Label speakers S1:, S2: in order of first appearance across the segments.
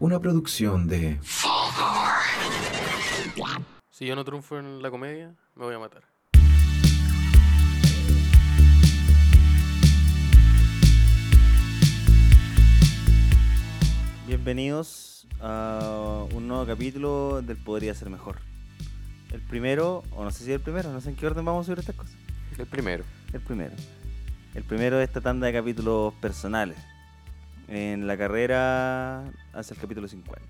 S1: Una producción de...
S2: Si yo no triunfo en la comedia, me voy a matar.
S3: Bienvenidos a un nuevo capítulo del Podría Ser Mejor. El primero, o no sé si el primero, no sé en qué orden vamos a subir estas cosas.
S4: El primero.
S3: El primero. El primero de esta tanda de capítulos personales. En la carrera hacia el capítulo 50.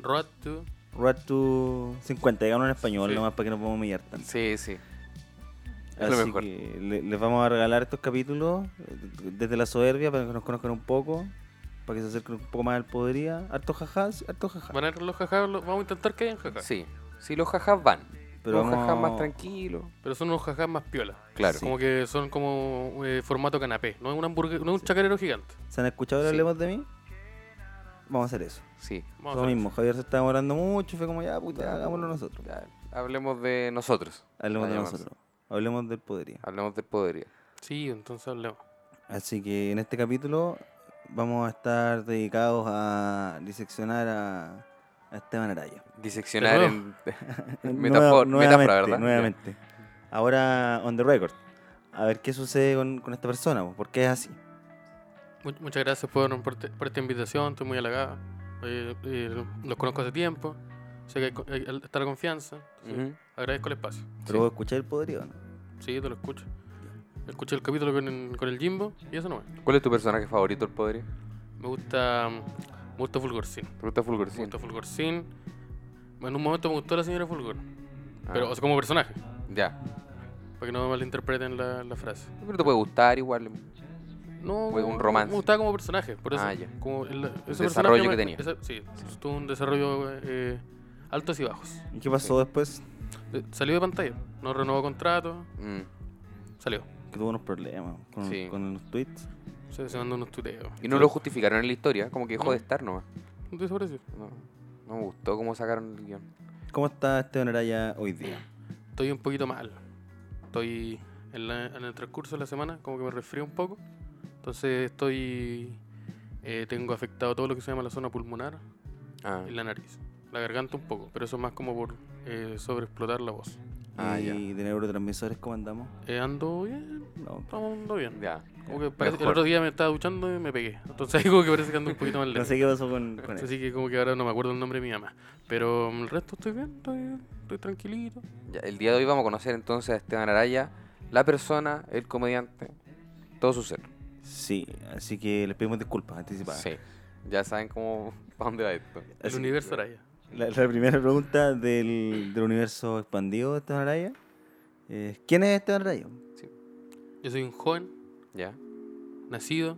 S2: Road to.
S3: Road to 50, digamos en español,
S2: Sí.
S3: nomás para que no podamos humillar tanto.
S4: Sí, sí. Es lo
S3: Así
S4: mejor.
S3: que le- les vamos a regalar estos capítulos eh, desde la soberbia para que nos conozcan un poco, para que se acerquen un poco más al podría. Harto jajás, harto jajá.
S2: Van a ir los jajas, los- vamos a intentar que hayan jajas.
S4: Sí. Sí, los jajás van.
S3: Pero
S4: los
S3: vamos-
S4: jajás más tranquilos.
S2: Pero son unos jajas más piola.
S4: Claro.
S2: Como que son como eh, formato canapé. No es un hamburguer, no es un chacarero gigante.
S3: ¿Se han escuchado el
S4: Sí.
S3: Hablemos de mí? Vamos a hacer eso.
S4: Sí.
S2: Vamos a
S3: Lo
S2: hacer
S3: mismo, Javier se está demorando mucho y fue como, ya, puta,
S4: Ya,
S3: hagámoslo nosotros.
S4: ya, hablemos de nosotros.
S3: Hablemos de
S4: Nadie más.
S3: nosotros. Hablemos del poderío.
S4: Hablemos del poderío.
S2: eso. Sí, entonces hablemos.
S3: Así que en este capítulo vamos a estar dedicados a diseccionar a, a Esteban Araya.
S4: Diseccionar
S2: Pero-
S4: en
S3: Nueva-
S4: metafor- metáfora,
S3: nuevamente,
S4: ¿verdad?
S3: Nuevamente. Ahora, on the record. A ver qué sucede con, con esta persona, po, porque es así.
S2: Mu- muchas gracias por, por, te- por esta invitación, estoy muy halagado. Eh, eh, los conozco hace tiempo. Sé que hay co- hay- está la confianza.
S4: Ya.
S2: entonces
S4: Ujú.
S2: Agradezco el espacio.
S3: Pero vos escuchás el poderío, ¿no?
S2: Sí, te lo escucho. Escuché el capítulo con, con el Jimbo y eso no es.
S4: ¿Cuál es tu personaje favorito del poderío?
S2: Me gusta. mm, Me gusta Fulgorcín.
S4: ¿Te gusta
S2: Me
S4: Fulgorcín?
S2: gustó Fulgorcín. En un momento me gustó la señora Fulgor.
S4: Ah,
S2: Pero, o sea, como personaje.
S4: Ya.
S2: Para que no malinterpreten la, la frase.
S4: Pero te puede gustar igual. em,
S2: No,
S4: Fue un
S2: no,
S4: romance.
S2: Me gustaba como personaje, por eso.
S4: Ah, ya.
S2: Como el, ese
S4: desarrollo
S2: personaje
S4: que tenía.
S2: esa- sí, tuvo un desarrollo eh, altos y bajos.
S3: ¿Y qué pasó después?
S2: Eh, Salió de pantalla, no renovó contrato,
S4: Mm.
S2: salió.
S3: Que tuvo unos problemas con,
S4: Sí.
S3: con los tweets.
S2: Se, se mandó unos tuteos.
S4: Y no lo justificaron en la historia. Como que dejó
S2: No.
S4: de estar nomás.
S2: Desapareció.
S4: No, no me gustó cómo sacaron el guión.
S3: ¿Cómo está Esteban Araya hoy día?
S2: Estoy un poquito mal. Estoy en, la- en el transcurso de la semana, como que me resfrío un poco. Entonces estoy. eh, tengo afectado todo lo que se llama la zona pulmonar
S4: Ah.
S2: y la nariz. La garganta un poco, pero eso es más como por eh, sobreexplotar la voz.
S4: Ah,
S3: y
S4: ya.
S3: de neurotransmisores, ¿cómo andamos?
S2: Eh, ando bien,
S3: No,
S2: estamos ando bien.
S4: Ya.
S2: Como que parece- el
S4: Mejor.
S2: otro día me estaba duchando y me pegué. Entonces ahí como que parece que ando un poquito más
S3: no
S2: lejos.
S3: sé qué pasó con, con él.
S2: Así que como que ahora no me acuerdo el nombre de mi mamá. Pero mm, el resto estoy bien, estoy, estoy tranquilito.
S4: Ya, el día de hoy vamos a conocer entonces a Esteban Araya, la persona, el comediante, todo su ser.
S3: Sí, así que les pedimos disculpas anticipadas.
S4: Sí. Ya saben cómo, para dónde va esto.
S2: El
S3: Así-
S2: universo Araya.
S3: La, la primera pregunta del, del universo expandido de Esteban Araya es, ¿quién es Esteban Araya?
S2: Yo soy un joven,
S4: Ya.
S2: nacido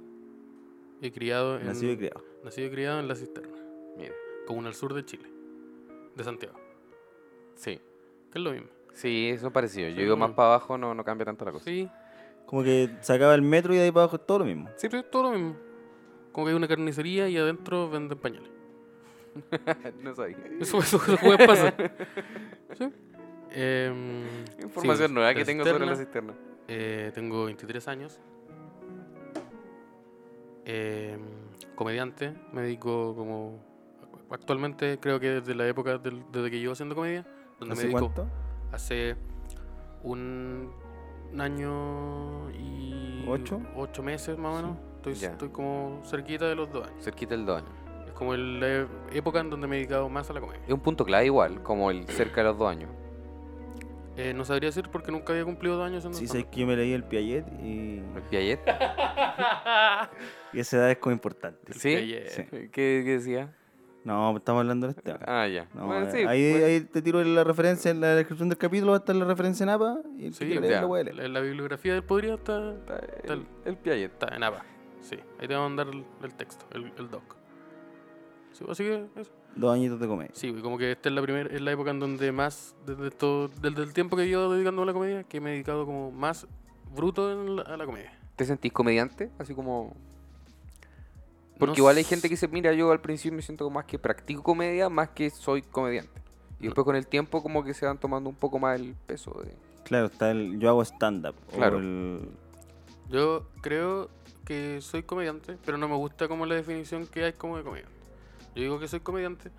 S2: y criado en,
S3: Nacido y criado.
S2: nacido y criado en La Cisterna,
S4: Mira.
S2: comuna al sur de Chile, de Santiago,
S4: Sí.
S2: que es lo mismo.
S4: Sí, eso es parecido. Yo
S2: Sí,
S4: digo
S2: bueno.
S4: más para abajo, no, no cambia tanto la
S3: Pues.
S4: cosa.
S2: Sí,
S3: Como que sacaba el metro y de ahí para abajo es todo lo mismo.
S2: sí, pero es todo lo mismo. Como que hay una carnicería y adentro venden pañales.
S4: no sabía.
S2: Eso, eso, eso puede pasar. ¿Sí? Em,
S4: Información
S2: sí,
S4: nueva que
S2: la
S4: tengo sobre
S2: cisterna.
S4: la cisterna.
S2: Eh, tengo 23 años. Eh, comediante, me dedico como. Actualmente creo que desde la época del- desde que llevo haciendo comedia, donde me
S3: ¿Hace
S2: dedico
S3: cuánto?
S2: hace un, un año y
S3: ¿Ocho?
S2: ocho meses más o menos. Estoy,
S4: Ya.
S2: estoy como cerquita de los dos años.
S4: Cerquita del 2 años.
S2: Es como el- la época en donde me he dedicado más a la comedia.
S4: Es un punto clave igual, como el cerca de los 2 años.
S2: Eh, no sabría decir porque nunca había cumplido dos años en
S3: Sí, sé que yo me leí el Piaget y,
S4: ¿El Piaget?
S3: y esa edad es como importante.
S4: ¿Sí?
S3: Sí.
S4: ¿Qué, qué decía?
S3: No, pues, estamos hablando de Esteban.
S4: Ah, ya.
S3: No,
S4: Bueno,
S3: eh,
S4: sí, pues,
S3: ahí,
S4: bueno.
S3: ahí te tiro la referencia en la descripción del capítulo, va a estar la referencia en APA y el que
S2: Sí,
S3: quiera leer
S4: ya.
S3: lo puede leer.
S2: La, la bibliografía del podría está,
S4: Está
S2: Tal.
S4: El, el Piaget.
S2: está en APA. Sí, ahí te van a mandar el, el texto, el, el doc. Sí, así que eso.
S3: Dos añitos de comedia.
S2: Sí, y como que esta es la primera, es la época en donde más, desde todo, desde el tiempo que yo dedicando a la comedia, que me he dedicado como más bruto en la- a la comedia.
S4: ¿Te sentís comediante? Así como... Porque
S2: No
S4: igual hay
S2: s-
S4: gente que dice, mira, yo al principio me siento más que practico comedia, más que soy comediante. Y
S2: No.
S4: después con el tiempo como que se van tomando un poco más el peso de...
S3: Claro, está el yo hago stand-up. o
S4: Claro.
S3: el-
S2: Yo creo que soy comediante, pero no me gusta como la definición que hay como de comediante. Yo digo que soy comediante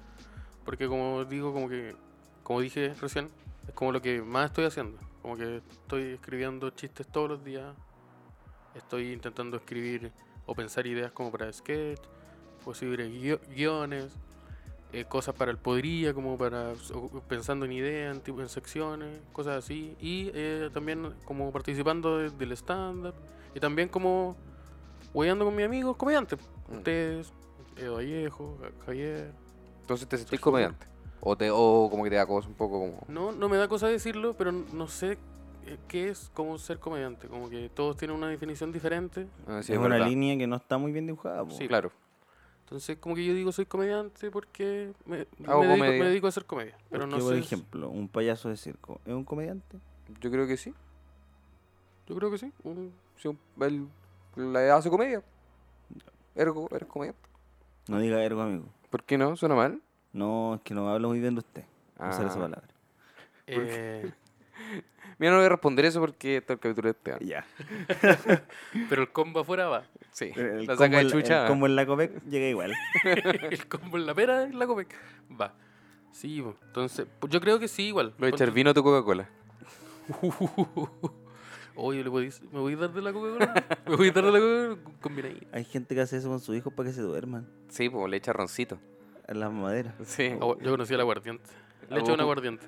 S2: porque como digo, como que como dije recién, es como lo que más estoy haciendo. Como que estoy escribiendo chistes todos los días. Estoy intentando escribir o pensar ideas como para sketch, posibles guio- guiones, eh, cosas para el podría, como para o- pensando en ideas, en, tipo- en secciones, cosas así. Y eh, también como participando de- del stand-up. Y también como hueando con mis amigos comediantes.
S4: Mm.
S2: Ustedes, Edo Vallejo, Ja- Javier.
S4: Entonces te sentís
S2: Soy
S4: comediante. O, te, o como que te da cosa un poco como...
S2: No, no me da cosa decirlo, pero n- no sé eh, qué es como ser comediante. Como que todos tienen una definición diferente.
S4: Ah,
S3: es
S4: sí, es
S3: una
S4: verdad.
S3: línea que no está muy bien dibujada. po.
S4: Sí, claro.
S2: Entonces, como que yo digo soy comediante porque me,
S4: Hago
S2: me dedico,
S4: comedia.
S2: me dedico a hacer comedia. Pero
S3: Porque,
S2: no
S3: por
S2: sé.
S3: ejemplo, un payaso de circo es un comediante.
S4: Yo creo que sí.
S2: Yo creo que sí. un-
S4: Sí, un- él la hace comedia. Ergo, eres comediante.
S3: No diga ergo, amigo.
S4: ¿Por qué no? ¿Suena mal?
S3: No, es que no hablo muy bien de usted. Usar esa
S4: Ah.
S3: palabra.
S2: eh,
S4: Mira, no voy a responder eso porque está el capítulo de este año.
S3: Ya.
S2: pero el combo afuera va.
S4: Sí,
S3: El combo
S4: la saca de
S3: en la- el
S4: chucha. ¿eh?
S3: combo en la Copec llega igual.
S2: el combo en la pera y la comedia. Va. Sí, po. entonces, pues yo creo que sí, igual.
S4: Voy a echar vino a tu Coca-Cola.
S2: Oye, ¿le podéis- ¿me voy a dar de la Coca-Cola? ¿Me voy a dar de la Coca-Cola? Combinaí.
S3: Hay gente que hace eso con sus hijos para que se duerman.
S4: Sí, pues le echa roncito.
S3: A las maderas.
S4: Sí.
S2: Agua- Ah, Yo conocí al aguardiente.
S4: Ah,
S2: Le eché un aguardiente.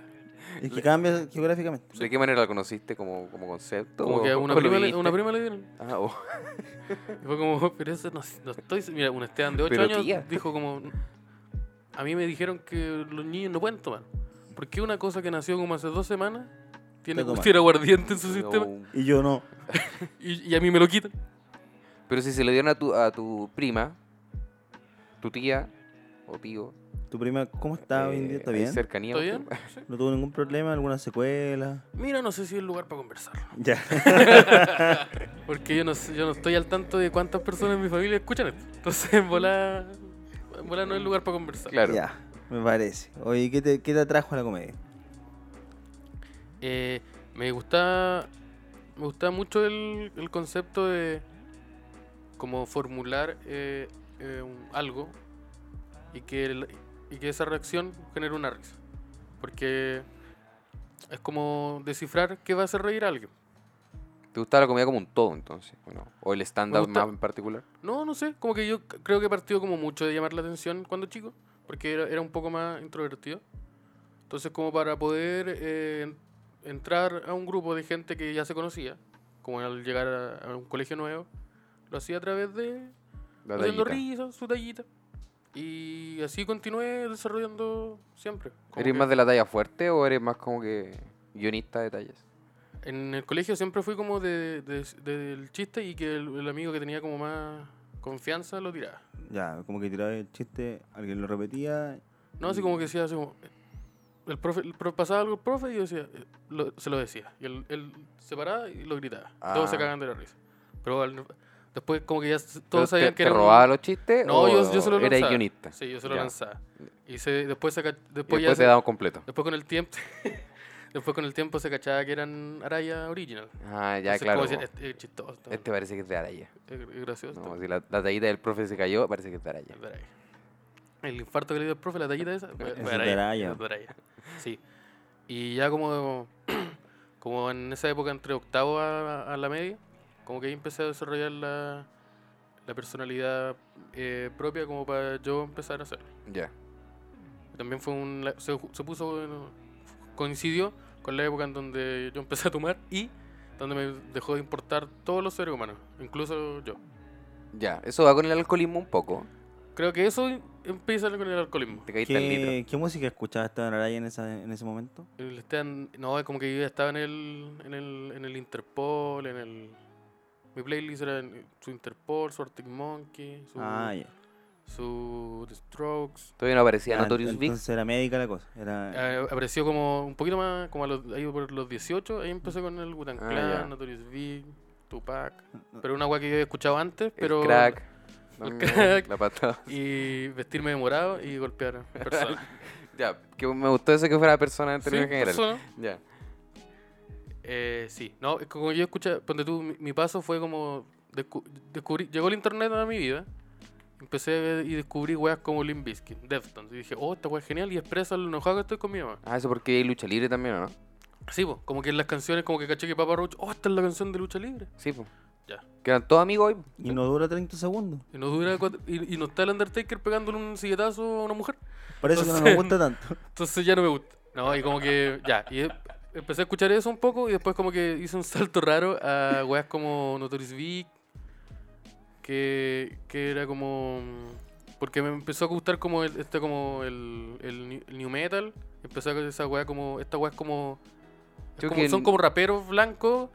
S3: Es que cambia geográficamente.
S4: ¿De qué manera la conociste como, como concepto?
S2: Como
S4: ¿O
S2: que a
S4: cómo
S2: una
S4: lo
S2: prima, le,
S4: viviste?
S2: a una prima le dieron.
S4: Ah, oh.
S2: Y fue como, pero eso no, no estoy. Mira, un Esteban de 8
S4: Pero
S2: años
S4: tía.
S2: dijo como. A mí me dijeron que los niños no pueden tomar. Porque una cosa que nació como hace dos semanas tiene
S3: Está
S2: un
S3: tomando.
S2: aguardiente en su sistema
S4: Pero,
S3: Y yo no.
S2: y, y a mí me lo quitan.
S4: pero si se lo dieron a tu, a tu prima, tu tía o tío.
S3: Tu prima, ¿cómo está hoy en día?
S4: eh,
S3: ¿Está
S4: hay
S3: bien?
S4: cercanía.
S2: ¿Está bien?
S4: pues.
S2: Sí.
S3: ¿No tuvo ningún problema? ¿Alguna secuela?
S2: Mira, no sé si es el lugar para conversar.
S3: Ya.
S2: Porque yo no, sé- yo no estoy al tanto de cuántas personas en mi familia escuchan esto. Entonces, en volar, en volar no es el lugar para conversar.
S4: Ah, Claro.
S3: Ya, me parece. Oye, ¿qué te, qué te atrajo a la comedia?
S2: Eh, me gusta. Me gusta mucho el, el concepto de como formular eh, eh, un- algo y que, el- y que esa reacción genere una risa. Porque es como descifrar qué va a hacer reír a alguien.
S4: ¿Te gustaba la comida como un todo entonces? Bueno, ¿O el stand-up
S2: gusta-
S4: más en particular?
S2: No, no sé, como que yo c- creo que partió como mucho de llamar la atención cuando chico, porque era, era un poco más introvertido. Entonces como para poder eh, en- entrar a un grupo de gente que ya se conocía, como al llegar a, a un colegio nuevo, lo hacía a través de
S4: La
S2: haciendo
S4: tallita.
S2: risas, su tallita. Y así continué desarrollando siempre. como
S4: ¿Eres
S2: que
S4: más de la talla fuerte o eres más como que guionista de tallas?
S2: En el colegio siempre fui como de- de- del chiste y que el- el amigo que tenía como más confianza lo tiraba.
S3: Ya, como que tiraba el chiste, alguien lo repetía.
S2: No, así como que decía, así como, el profe, el profe- pasaba algo el profe y yo decía, eh, lo- se lo decía. Y él, él se paraba y lo gritaba. Todos se
S4: Ah.
S2: cagaban de la risa. Pero al- después como que ya s-
S4: ¿Pero
S2: todos sabían
S4: te,
S2: que
S4: te
S2: era un-
S4: robaba los chistes
S2: No,
S4: o
S2: yo, yo se lo
S4: eres
S2: lanzaba.
S4: guionista?
S2: Sí, yo se lo
S4: Ya.
S2: lanzaba. Y se, después, se, ca-
S4: Y
S2: después,
S4: después
S2: Pues ya
S4: te
S2: se-
S4: daban completo.
S2: después con el tiempo... después con el tiempo se cachaba que eran Araya Original.
S4: Ah, ya,
S2: Entonces,
S4: claro.
S2: como decían,
S4: po.
S2: "Este es chistoso. está
S4: Este parece que es de Araya.
S2: bueno, Es, es gracioso. está
S4: No, si la, la tallita del profe se cayó, parece que es de Araya.
S2: Es de Araya. El infarto que le dio el profe, la tallita esa, fue-
S3: Ese
S2: fue
S3: es de Araya.
S2: es de Araya. Sí. Y ya como, como en esa época entre octavo a, a la media, como que ahí empecé a desarrollar la, la personalidad eh, propia como para yo empezar a hacer.
S4: Ya.
S2: También fue un... la- Se, ju- se puso... bueno, coincidió con la época en donde yo empecé a tomar y donde me dejó de importar todos los seres humanos, incluso yo.
S4: Ya, eso va con el alcoholismo un poco.
S2: Creo que eso empieza con el alcoholismo.
S4: Te caíste al litro.
S3: ¿Qué, qué música escuchaba Esteban Araya en, esa, en ese momento?
S2: El Esteban- no, es como que yo ya estaba en el, en el, en el Interpol, en el... Mi playlist era en- su Interpol, su Arctic Monkey, su,
S3: Ah, ya.
S2: su The Strokes.
S4: Todavía no aparecía
S3: Ah,
S4: Notorious Big.
S3: entonces era médica la cosa. Era,
S2: Eh, apareció como un poquito más, como a los, ahí por los 18, ahí empecé con el Wu-Tang
S4: Ah,
S2: Clan,
S4: ya.
S2: Notorious Big, Tupac. Pero una guay que yo había escuchado antes, pero...
S4: El crack.
S2: el
S4: Mm,
S2: crack.
S4: La patada.
S2: Y vestirme de morado y golpear personas.
S4: Ya, que me gustó eso que fuera persona en
S2: Sí,
S4: términos generales.
S2: personas.
S4: Ya.
S2: Eh, sí, no, es como yo escuché, ponte tú, mi, mi paso fue como, descu- descubrí, llegó el internet a mi vida Empecé a ver y descubrí weas como Limp Bizkit, Deftones. Y dije, oh, esta wea es genial y expresa lo enojado que estoy con mi mamá.
S4: Ah, eso porque hay lucha libre también, ¿o no?
S2: Sí, po, como que en las canciones, como que caché que Papa Roach, oh, esta es la canción de lucha libre.
S4: Sí, pues.
S2: Ya.
S4: Que eran todos amigos hoy.
S3: Y no dura 30 segundos.
S2: Y no dura cuatro- y, y no está el Undertaker pegándole un silletazo a una mujer.
S3: Por eso que no
S2: Entonces-
S3: nos gusta tanto.
S2: Entonces ya no me gusta. No, y como que ya. Y eh, empecé a escuchar eso un poco y después como que hice un salto raro a weas como Notorious Big, que, que era como... mm, Porque me empezó a gustar como el, este como el, el, ni- el new metal. Empezó a hacer esa wea como... Esta wea es como... es
S4: Creo
S2: como-
S4: que
S2: son
S4: en-
S2: como raperos blancos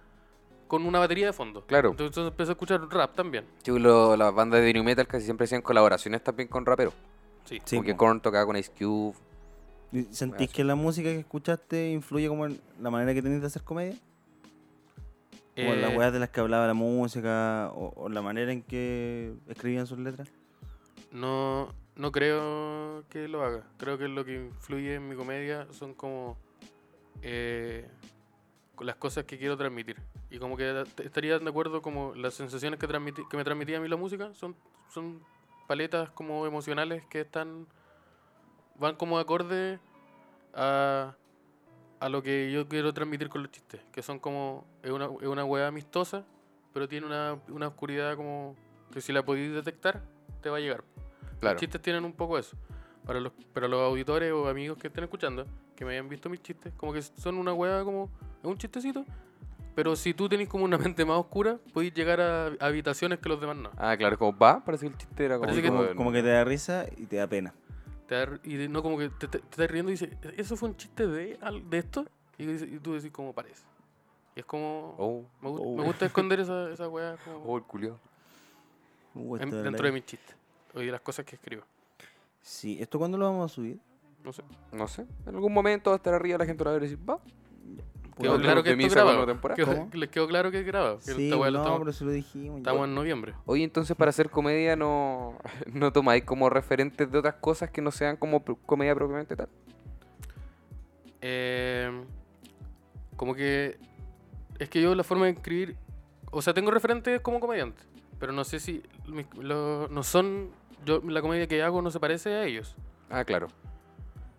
S2: con una batería de fondo.
S4: Claro.
S2: Entonces, entonces empecé a escuchar rap también.
S4: Sí, lo- las bandas de New Metal casi siempre hacían colaboraciones también con raperos.
S2: Sí.
S3: Sí,
S4: porque
S3: po.
S4: Korn tocaba con Ice Cube.
S3: ¿Y ¿Sentís que la música que escuchaste influye como en la manera que tenés de hacer comedia? O en las
S2: Eh,
S3: weas de las que hablaba la música, o, o la manera en que escribían sus letras.
S2: No, no creo que lo haga. Creo que lo que influye en mi comedia son como eh, con las cosas que quiero transmitir. Y como que da- te- estaría de acuerdo como las sensaciones que, transmiti- que me transmitía a mí la música son, son paletas como emocionales que están van como acorde a, a lo que yo quiero transmitir con los chistes, que son como es una, es una weá amistosa, pero tiene una, una oscuridad como que si la podéis detectar, te va a llegar.
S4: Claro.
S2: Los chistes tienen un poco eso. Para los, para los auditores o amigos que estén escuchando, que me hayan visto mis chistes, como que son una hueá como. Es un chistecito. Pero si tú tenés como una mente más oscura, podéis llegar a habitaciones que los demás no.
S4: Ah, claro, como va, parece que el chiste era como.
S2: Parece que-
S3: como,
S4: weón.
S3: como que te da risa y te da pena.
S2: Te da- y de- no como que te, te- te estás riendo y dices, ¿eso fue un chiste de, al- de esto? Y, dices- y tú decís, ¿cómo parece? Y es como.
S4: Oh,
S2: me, gu-
S3: oh.
S2: me gusta esconder esa, esa hueá como
S4: oh, el culiao.
S3: Uh,
S2: en-
S3: esto de la-
S2: dentro de mis chistes. O de las cosas que escribo.
S3: Sí, ¿esto cuándo lo vamos a subir?
S2: No sé.
S4: No sé. En algún momento va a estar arriba la gente lo va a ver y decir, va.
S2: Quedó
S4: Bueno,
S2: claro
S4: de
S2: que
S4: mí
S2: esto
S4: sacan
S2: graba.
S4: una temporada.
S2: Quedó-
S3: ¿Cómo?
S2: Les quedó claro que graba. que
S3: Sí,
S2: esta hueá lo
S3: no,
S2: estamos-
S3: pero se lo dijimos. ya.
S2: Estamos en noviembre.
S4: Oye, entonces para hacer comedia no, no tomáis como referentes de otras cosas que no sean como pro- comedia propiamente tal.
S2: Eh, como que. Es que yo la forma de escribir. O sea, tengo referentes como comediante. Pero no sé si. mis- lo- no son. Yo, la comedia que hago no se parece a ellos.
S4: Ah, claro.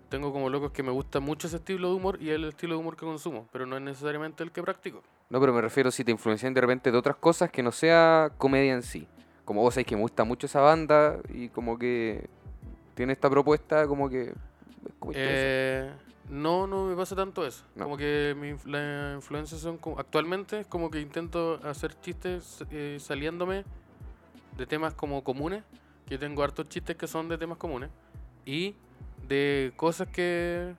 S2: Tengo como locos que me gusta mucho ese estilo de humor y es el estilo de humor que consumo. Pero no es necesariamente el que practico.
S4: No, pero me refiero si te influencian de repente de otras cosas que no sea comedia en sí. Como vos sabés que me gusta mucho esa banda y como que tiene esta propuesta como que... es como
S2: Eh,
S4: interesante.
S2: no, no me pasa tanto eso.
S4: No.
S2: Como que mi inf- la influencia son como, actualmente es como que intento hacer chistes eh, saliéndome de temas como comunes, que tengo hartos chistes que son de temas comunes y de cosas que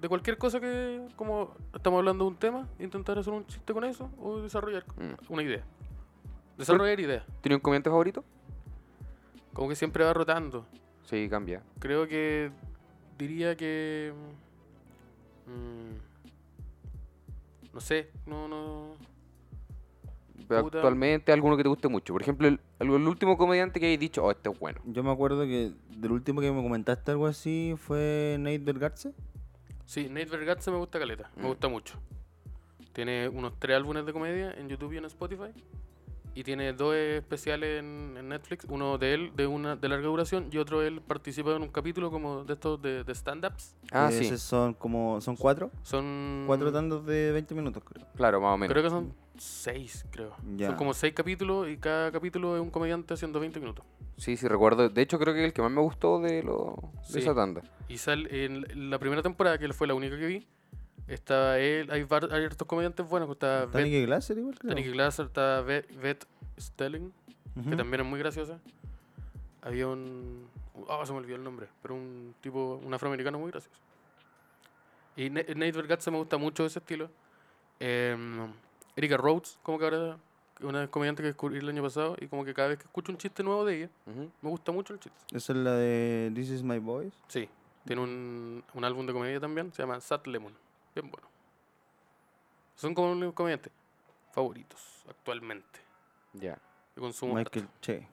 S2: de cualquier cosa que como estamos hablando de un tema, intentar hacer un chiste con eso o desarrollar
S4: Mm.
S2: una idea. Desarrollar ideas,
S4: ¿Tiene un comediante favorito?
S2: como que siempre va rotando.
S4: Sí, cambia.
S2: Creo que diría que. mm, no sé, no, no.
S4: Pero
S2: Puta.
S4: actualmente alguno que te guste mucho. Por ejemplo, el, el último comediante que hayas dicho, oh, este es bueno.
S3: Yo me acuerdo que del último que me comentaste algo así fue Nate del Garza.
S2: Sí, Nate Vergatze me gusta caleta, me
S4: Mm.
S2: gusta mucho. Tiene unos tres álbumes de comedia en YouTube y en Spotify. Y tiene dos especiales en, en Netflix, uno de él de una de larga duración y otro él participa en un capítulo como de estos de, de stand-ups.
S4: Ah,
S3: que
S4: sí. Mm.
S3: esos son como, son cuatro,
S2: Son...
S3: cuatro tantos de 20 minutos creo.
S4: Claro, más o menos.
S2: Creo que son seis, creo.
S3: Ya.
S2: Son como seis capítulos y cada capítulo es un comediante haciendo 20 minutos.
S4: Sí, sí, recuerdo. De hecho, creo que el que más me gustó de, lo,
S2: Sí.
S4: de esa tanda.
S2: Y sal, en la- en la primera temporada, que fue la única que vi, está él, hay, var- hay hartos comediantes buenos,
S4: Ah,
S2: está
S3: Está
S2: Bet,
S3: Nicky Glaser igual creo.
S2: Taniki Glaser, está Bet, Stelling,
S3: Ujú.
S2: que también es muy graciosa. Había un... Ah, se me olvidó el nombre, pero un tipo, un afroamericano muy gracioso. Y Ne- Nate Vergatze me gusta mucho ese estilo. Em, Erika Rhodes, como que ahora es una comediante que descubrí el año pasado y como que cada vez que escucho un chiste nuevo de ella,
S4: Ujú.
S2: me gusta mucho el chiste.
S3: Esa es la de This is my voice.
S2: Sí, tiene un, un álbum de comedia también, se llama Sat Lemon. Bien bueno. Son como los comediantes favoritos actualmente.
S4: Ya.
S2: Yo consumo.
S3: Michael Che.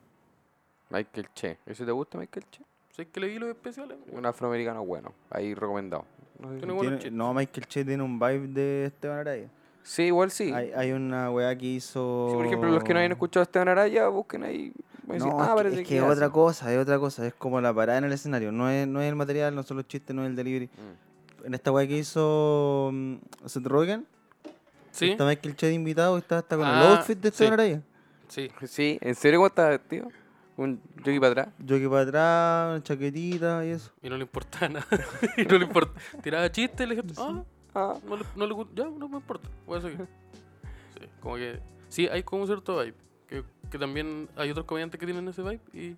S4: Michael Che. ¿Ese te gusta, Michael Che?
S2: harto. Sé que leí los especiales. bueno.
S4: Un afroamericano bueno. Ahí recomendado. No sé si-
S2: Tiene buenos
S3: Tiene-
S2: chistes.
S3: no, Michael Che tiene un vibe de este Esteban Araya.
S4: Sí, igual sí.
S3: Hay, hay una weá que hizo...
S4: Sí, por ejemplo, los que no hayan escuchado a Esteban Araya, busquen ahí Voy a decir,
S3: oh. No,
S4: ah,
S3: es que-
S4: parece
S3: es,
S4: que
S3: que es
S4: hace.
S3: otra cosa, es otra cosa. Es como la parada en el escenario. No es, no es el material, no son los chistes, no es el delivery.
S4: Mm.
S3: En esta weá que hizo mm, Seth Rogen,
S2: Sí,
S3: está Michael Che de invitado y está hasta con el
S2: Ah,
S3: outfit de
S2: sí.
S3: Esteban Araya.
S2: sí.
S4: Sí, ¿en serio cómo estás vestido? Un jockey para atrás.
S3: Yo que para atrás, una chaquetita y eso.
S2: Y no le importaba nada. y no le importaba. Tiraba chistes y le dije, ah,
S4: Ah,
S2: no le, no le gu- ya, no me importa, voy a seguir. Sí, como que, sí, hay como un cierto vibe, que, que también hay otros comediantes que tienen ese vibe y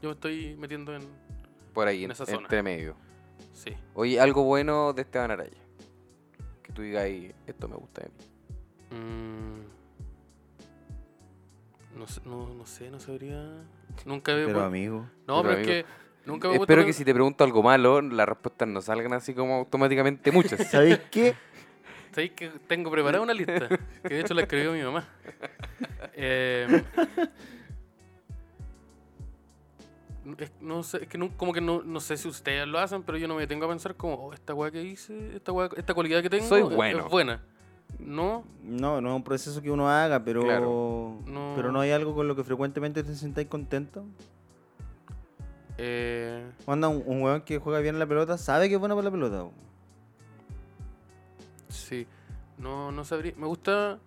S2: yo me estoy metiendo en,
S4: por ahí,
S2: En
S4: en
S2: esa zona.
S4: entre medio.
S2: sí,
S4: Oye, algo bueno de Esteban Araya. Que tú digas ahí, esto me gusta de mí.
S2: Mm. no, sé- no, no sé, no sabría, nunca he,
S3: Pero
S2: bueno,
S3: amigo.
S2: no,
S4: pero
S2: pero es que
S4: amigo,
S2: nunca me he puesto
S4: Espero
S2: a
S4: que
S2: pens-
S4: si te pregunto algo malo, las respuestas no salgan así como automáticamente muchas.
S3: ¿Sabéis qué?
S2: ¿Sabéis que tengo preparada una lista? Que de hecho la escribió mi mamá. Eh, es- no sé, es que no- como que no, no sé si ustedes lo hacen, pero yo no me tengo a pensar como, "Oh, esta weá que hice, esta, weá- esta cualidad que tengo
S4: Soy
S2: es-
S4: bueno".
S2: es buena. No,
S3: No, no es un proceso que uno haga, pero.
S4: Claro.
S2: No.
S3: Pero no hay algo con lo que frecuentemente te sentáis contento.
S2: eh,
S3: Onda, un, un weón que juega bien a la pelota sabe que es bueno para la pelota. po.
S2: sí, no, no sabría. Me gusta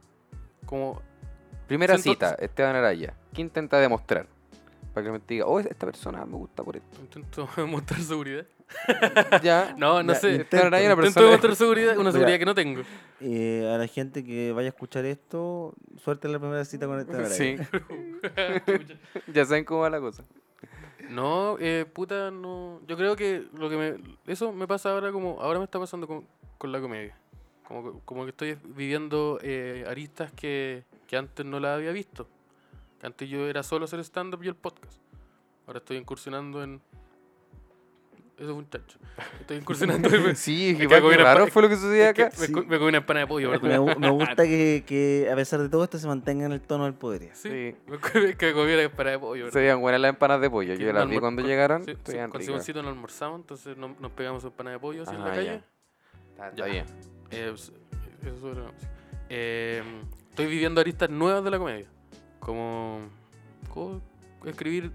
S2: como,
S4: Primera
S2: Siento-
S4: cita, Esteban Araya. ¿Qué intenta demostrar? Para que me diga, oh, esta persona me gusta por esto.
S2: intento mostrar seguridad.
S4: Ya.
S2: No, no
S3: Ya,
S2: sé.
S3: intento,
S4: Esteban Araya es una
S2: Intento
S4: persona.
S2: mostrar seguridad, una
S3: Mira.
S2: seguridad que no tengo.
S3: Eh, a la gente que vaya a escuchar esto, suerte en la primera cita con esta
S4: Sí, ya saben cómo va la cosa.
S2: No, eh, puta, no. Yo creo que lo que me. Eso me pasa ahora como. Ahora me está pasando con, con la comedia. Como, que- como que estoy viviendo eh, aristas que, que antes no las había visto. Que antes yo era solo hacer stand-up y el podcast. Ahora estoy incursionando en. Eso es un chacho. Estoy incursionando en.
S4: Sí,
S2: que
S4: que
S2: hago una
S4: raro
S2: pa-
S4: fue lo que sucedió
S2: Es que
S4: acá.
S2: me,
S3: sí.
S2: co- me comí una empana de pollo,
S3: Me,
S2: perdón.
S3: gu- me gusta que, que, a pesar de todo esto se mantenga en el tono del poder.
S2: Sí,
S4: Sí.
S2: Me co- que me comí una empana de pollo,
S4: Se
S2: ¿verdad?
S4: veían buenas las empanadas de pollo. Yo
S2: Que
S4: las
S2: no
S4: vi
S2: almor-
S4: cuando
S2: con-
S4: llegaron.
S2: sí, sí,
S4: estaban
S2: con
S4: ricas.
S2: Simoncito no almorzamos, entonces no- nos pegamos empana de pollo así en la
S4: Ah,
S2: calle.
S4: ya. Está-
S2: Ya.
S4: está bien.
S2: Eh, pues, eso sobre la música. Eh, estoy viviendo aristas nuevas de la comedia. Como, como escribir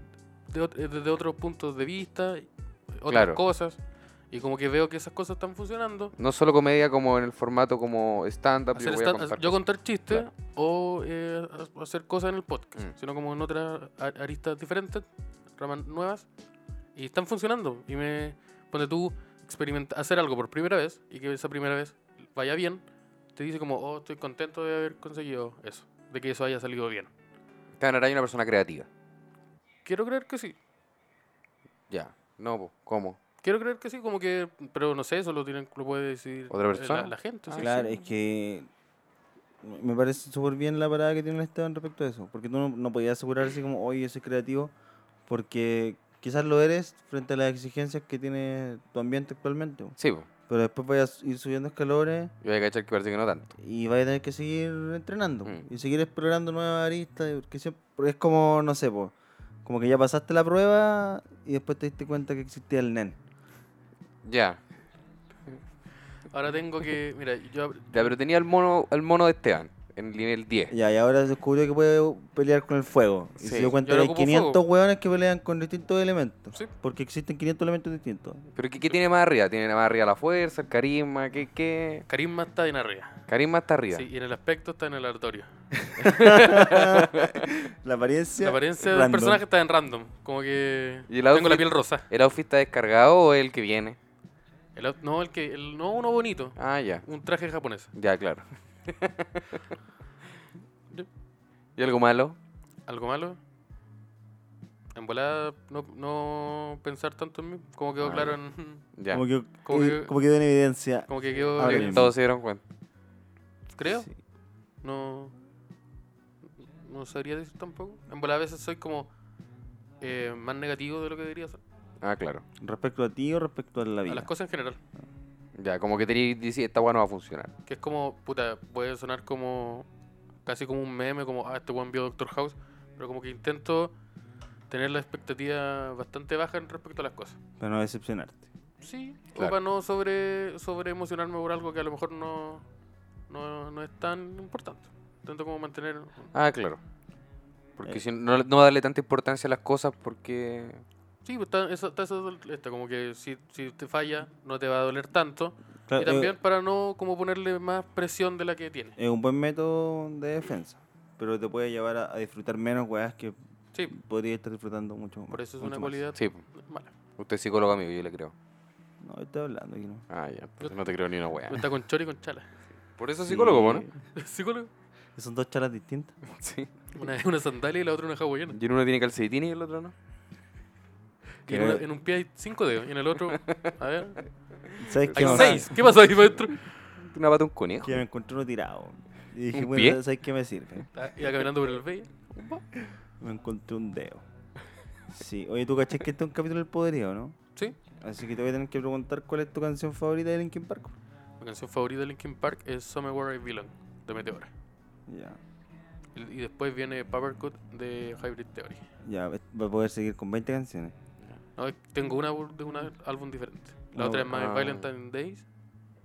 S2: de ot- eh, desde otros puntos de vista, otras
S4: Claro.
S2: cosas. Y como que veo que esas cosas están funcionando.
S4: No solo comedia como en el formato como stand-up.
S2: Hacer
S4: Yo, voy a
S2: esta-
S4: contar.
S2: yo contar chistes
S4: Claro.
S2: o eh, ha- hacer cosas en el podcast,
S4: Mm.
S2: sino como en otras a- aristas diferentes, ramas nuevas. Y están funcionando. Y me pone tú experimenta hacer algo por primera vez y que esa primera vez vaya bien, te dice como, oh, estoy contento de haber conseguido eso, de que eso haya salido bien.
S4: Esteban Araya es una persona creativa.
S2: Quiero creer que sí.
S4: Ya. No, po, ¿cómo?
S2: Quiero creer que sí, como que, pero no sé, eso lo, tienen, lo puede decidir
S4: ¿Otra
S2: eh,
S4: persona?
S2: La, la gente.
S4: Ah,
S2: sí.
S3: Claro, es que me parece súper bien la parada que tiene el Esteban respecto a eso, porque tú no, no podías asegurar así como, oye, yo soy creativo, porque quizás lo eres frente a las exigencias que tiene tu ambiente actualmente, po.
S4: Sí, po.
S3: pero después vayas a ir subiendo escalones
S4: Yo voy a cachar que parece que no tanto.
S3: y vas a tener que seguir entrenando po,
S4: Mm.
S3: y seguir explorando nuevas aristas, porque siempre, porque es como, no sé, po, como que ya pasaste la prueba y después te diste cuenta que existía el NEN.
S4: Ya.
S2: Ahora tengo que, mira, yo... ab-
S4: Ya, pero tenía el mono, el mono de Esteban en el nivel 10.
S3: Ya, y ahora descubrió que puede pelear con el fuego. Y
S4: Sí.
S3: se dio cuenta
S2: Yo
S3: que
S2: le
S3: hay
S2: ocupo
S3: 500
S2: fuego.
S3: hueones que pelean con distintos elementos.
S2: Sí.
S3: Porque existen 500 elementos distintos.
S4: Pero ¿qué, qué tiene más arriba? ¿Tiene más arriba la fuerza, el carisma? ¿Qué? qué?
S2: Carisma está en arriba.
S4: Carisma está arriba.
S2: Sí, y en el aspecto está en el aleatorio.
S3: La apariencia.
S2: La apariencia del
S3: random.
S2: personaje está en random. Como que
S4: ¿Y el
S2: tengo la
S4: outfit?
S2: piel rosa.
S4: ¿El outfit está descargado o es el que viene?
S2: El out- no, el que, el- no uno bonito.
S4: Ah, ya.
S2: Un traje japonés.
S4: Ya, claro. ¿Y algo malo?
S2: ¿Algo malo? En volada no, no pensar tanto en mí. Como quedó
S4: Ah,
S2: claro
S4: ya.
S2: en.
S4: Ya.
S3: Como que,
S2: Como
S3: eh,
S2: que-
S3: como quedó en evidencia.
S2: Como que quedó.
S3: Ahora
S2: eh,
S3: mismo.
S4: Todos se dieron cuenta.
S2: Creo.
S3: Sí.
S2: No. No sabría decir tampoco. En volada a veces soy como. eh, más negativo de lo que debería ser.
S4: Ah, claro.
S3: Respecto a ti o respecto a la
S2: A
S3: vida.
S2: las cosas en general.
S4: Ya, como que tenía dice, esta weá no va a funcionar.
S2: Que es como, puta, puede sonar como casi como un meme, como, ah, este buen vio Doctor House, pero como que intento tener la expectativa bastante baja en respecto a las cosas.
S3: Para no decepcionarte.
S2: Sí,
S4: Claro.
S2: o para no sobre, sobre emocionarme por algo que a lo mejor no, no, no es tan importante. Intento como mantener...
S4: Ah, claro. Porque
S3: Eh.
S4: si no, no darle tanta importancia a las cosas porque...
S2: Sí, pues está, eso, está eso- está como que si, si te falla no te va a doler tanto.
S3: Claro,
S2: y también
S3: es-
S2: para no como ponerle más presión de la que tiene.
S3: es un buen método de defensa, pero te puede llevar a, a disfrutar menos weas que
S2: Sí,
S3: podría estar disfrutando mucho más.
S2: por eso es
S3: mucho
S2: una
S3: más.
S2: cualidad
S4: Sí,
S2: mala.
S4: usted es psicólogo amigo, yo le creo.
S3: No, yo estoy hablando aquí, ¿no?
S4: Ah, ya, entonces no te creo ni una wea.
S3: pues,
S2: Está con chori y con chala.
S4: Por eso es psicólogo, ¿no?
S2: ¿Psicólogo?
S3: Son dos charlas distintas.
S4: Sí.
S2: Una es una sandalia y la otra una hawaiana.
S4: Y en uno tiene calcetines y el otro no.
S2: Y en,
S3: Creo-
S2: una- en un pie hay cinco dedos y en el otro, a ver,
S3: ¿Sabes
S2: hay
S3: qué? más?
S2: seis. ¿Qué pasó ahí maestro?
S4: Una pata de un conejo.
S3: Que me encontré uno tirado. Y dije,
S4: ¿Un
S3: bueno,
S4: pie?
S3: ¿sabes qué me sirve?
S2: Ah, Iba caminando por el valle.
S3: Me encontré un dedo. Sí, oye, tú caché que este es un capítulo del poderío, ¿no?
S2: Sí,
S3: Así que te voy a tener que preguntar cuál es tu canción favorita de Linkin Park.
S2: mi canción favorita de Linkin Park es Somewhere I Belong de Meteora.
S3: Ya,
S2: Y, y después viene Papercut de Hybrid Theory.
S3: ya, va a poder seguir con 20 canciones.
S2: No, es- tengo una bu- de un álbum diferente. La
S3: Ah,
S2: otra es My
S4: ah.
S2: Valentine Days,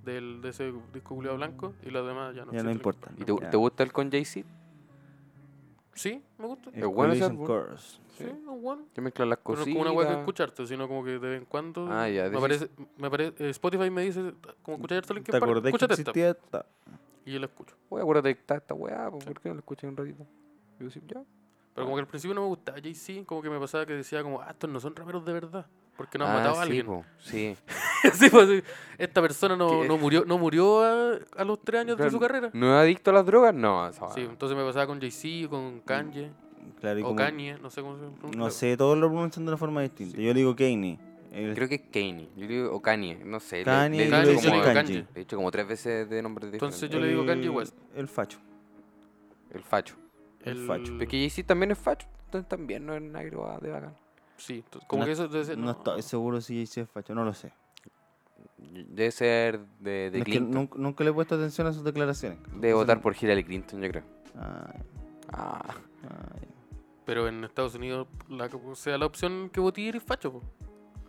S2: del, de ese disco culiao blanco, y las demás ya no
S3: Ya no
S2: existen.
S3: importa.
S4: ¿Y te,
S3: Ya.
S4: te gusta el con Jay-Z?
S2: Sí, me gusta.
S3: Eh,
S4: Es bueno ese
S3: Collision
S4: álbum.
S3: Course.
S2: Sí, es bueno.
S4: Que mezclan las
S2: Pero no
S4: cositas.
S2: es como una hueá que escucharte, sino como que de vez en cuando.
S4: Ah, ya,
S2: Me
S4: decís-
S2: parece, me parece, eh, Spotify me dice, como escuchar esto Linkin
S3: ¿Te
S2: Park,
S3: acordás que
S2: escúchate esta.
S3: existía esta?
S2: Y yo la escucho.
S4: Voy a guardar esta, esta weá, po, ¿por qué no la escuché un ratito? Yo sí, ya.
S2: Pero como que al principio no me gustaba Jay-Z, como que me pasaba que decía como, ah, estos no son raperos de verdad. Porque no han
S4: Ah,
S2: matado
S4: sí,
S2: a alguien.
S4: po, sí.
S2: Sí, pues, sí. Esta persona no,
S4: Que-
S2: no murió, no murió a, a los tres años de
S4: Pero
S2: su carrera.
S4: ¿No Ah. es adicto a las drogas? No, esa
S2: Sí,
S4: weá.
S2: entonces me pasaba con Jay-Z, con Kanye,
S3: Claro, y
S2: o
S3: como-
S2: Kanye, no sé cómo se pronuncia.
S3: No sé, todos lo pronuncian de una forma distinta. Yo le digo Kanye. El-
S4: Creo que es Kanye. Yo digo, o Kanye, no sé. le-
S3: Kanye,
S4: le, he
S3: yo
S2: Kanye,
S4: dicho
S3: le
S2: yo
S3: digo
S4: como,
S2: le digo
S3: Kanye.
S2: Kanye.
S4: le he dicho como tres veces de nombres diferentes.
S2: Entonces yo le digo Kanye
S3: el-
S2: West.
S3: El facho.
S4: El facho.
S3: El
S2: El
S3: facho.
S4: Pero es que Jay-Z también es facho. Entonces también no es negro ah, de bacán.
S2: Sí, entonces, como
S3: No-
S2: que eso entonces,
S3: No estoy seguro si Jay-Z es facho, no lo sé.
S4: Debe ser de, de
S3: No, es que
S4: Clinton.
S3: nunca, nunca le he puesto atención a sus declaraciones.
S4: De votar por Hillary Clinton, yo creo.
S3: Ah,
S4: Ah,
S3: ah,
S2: Pero en Estados Unidos, la, que- o sea, la opción que voté eres facho, po.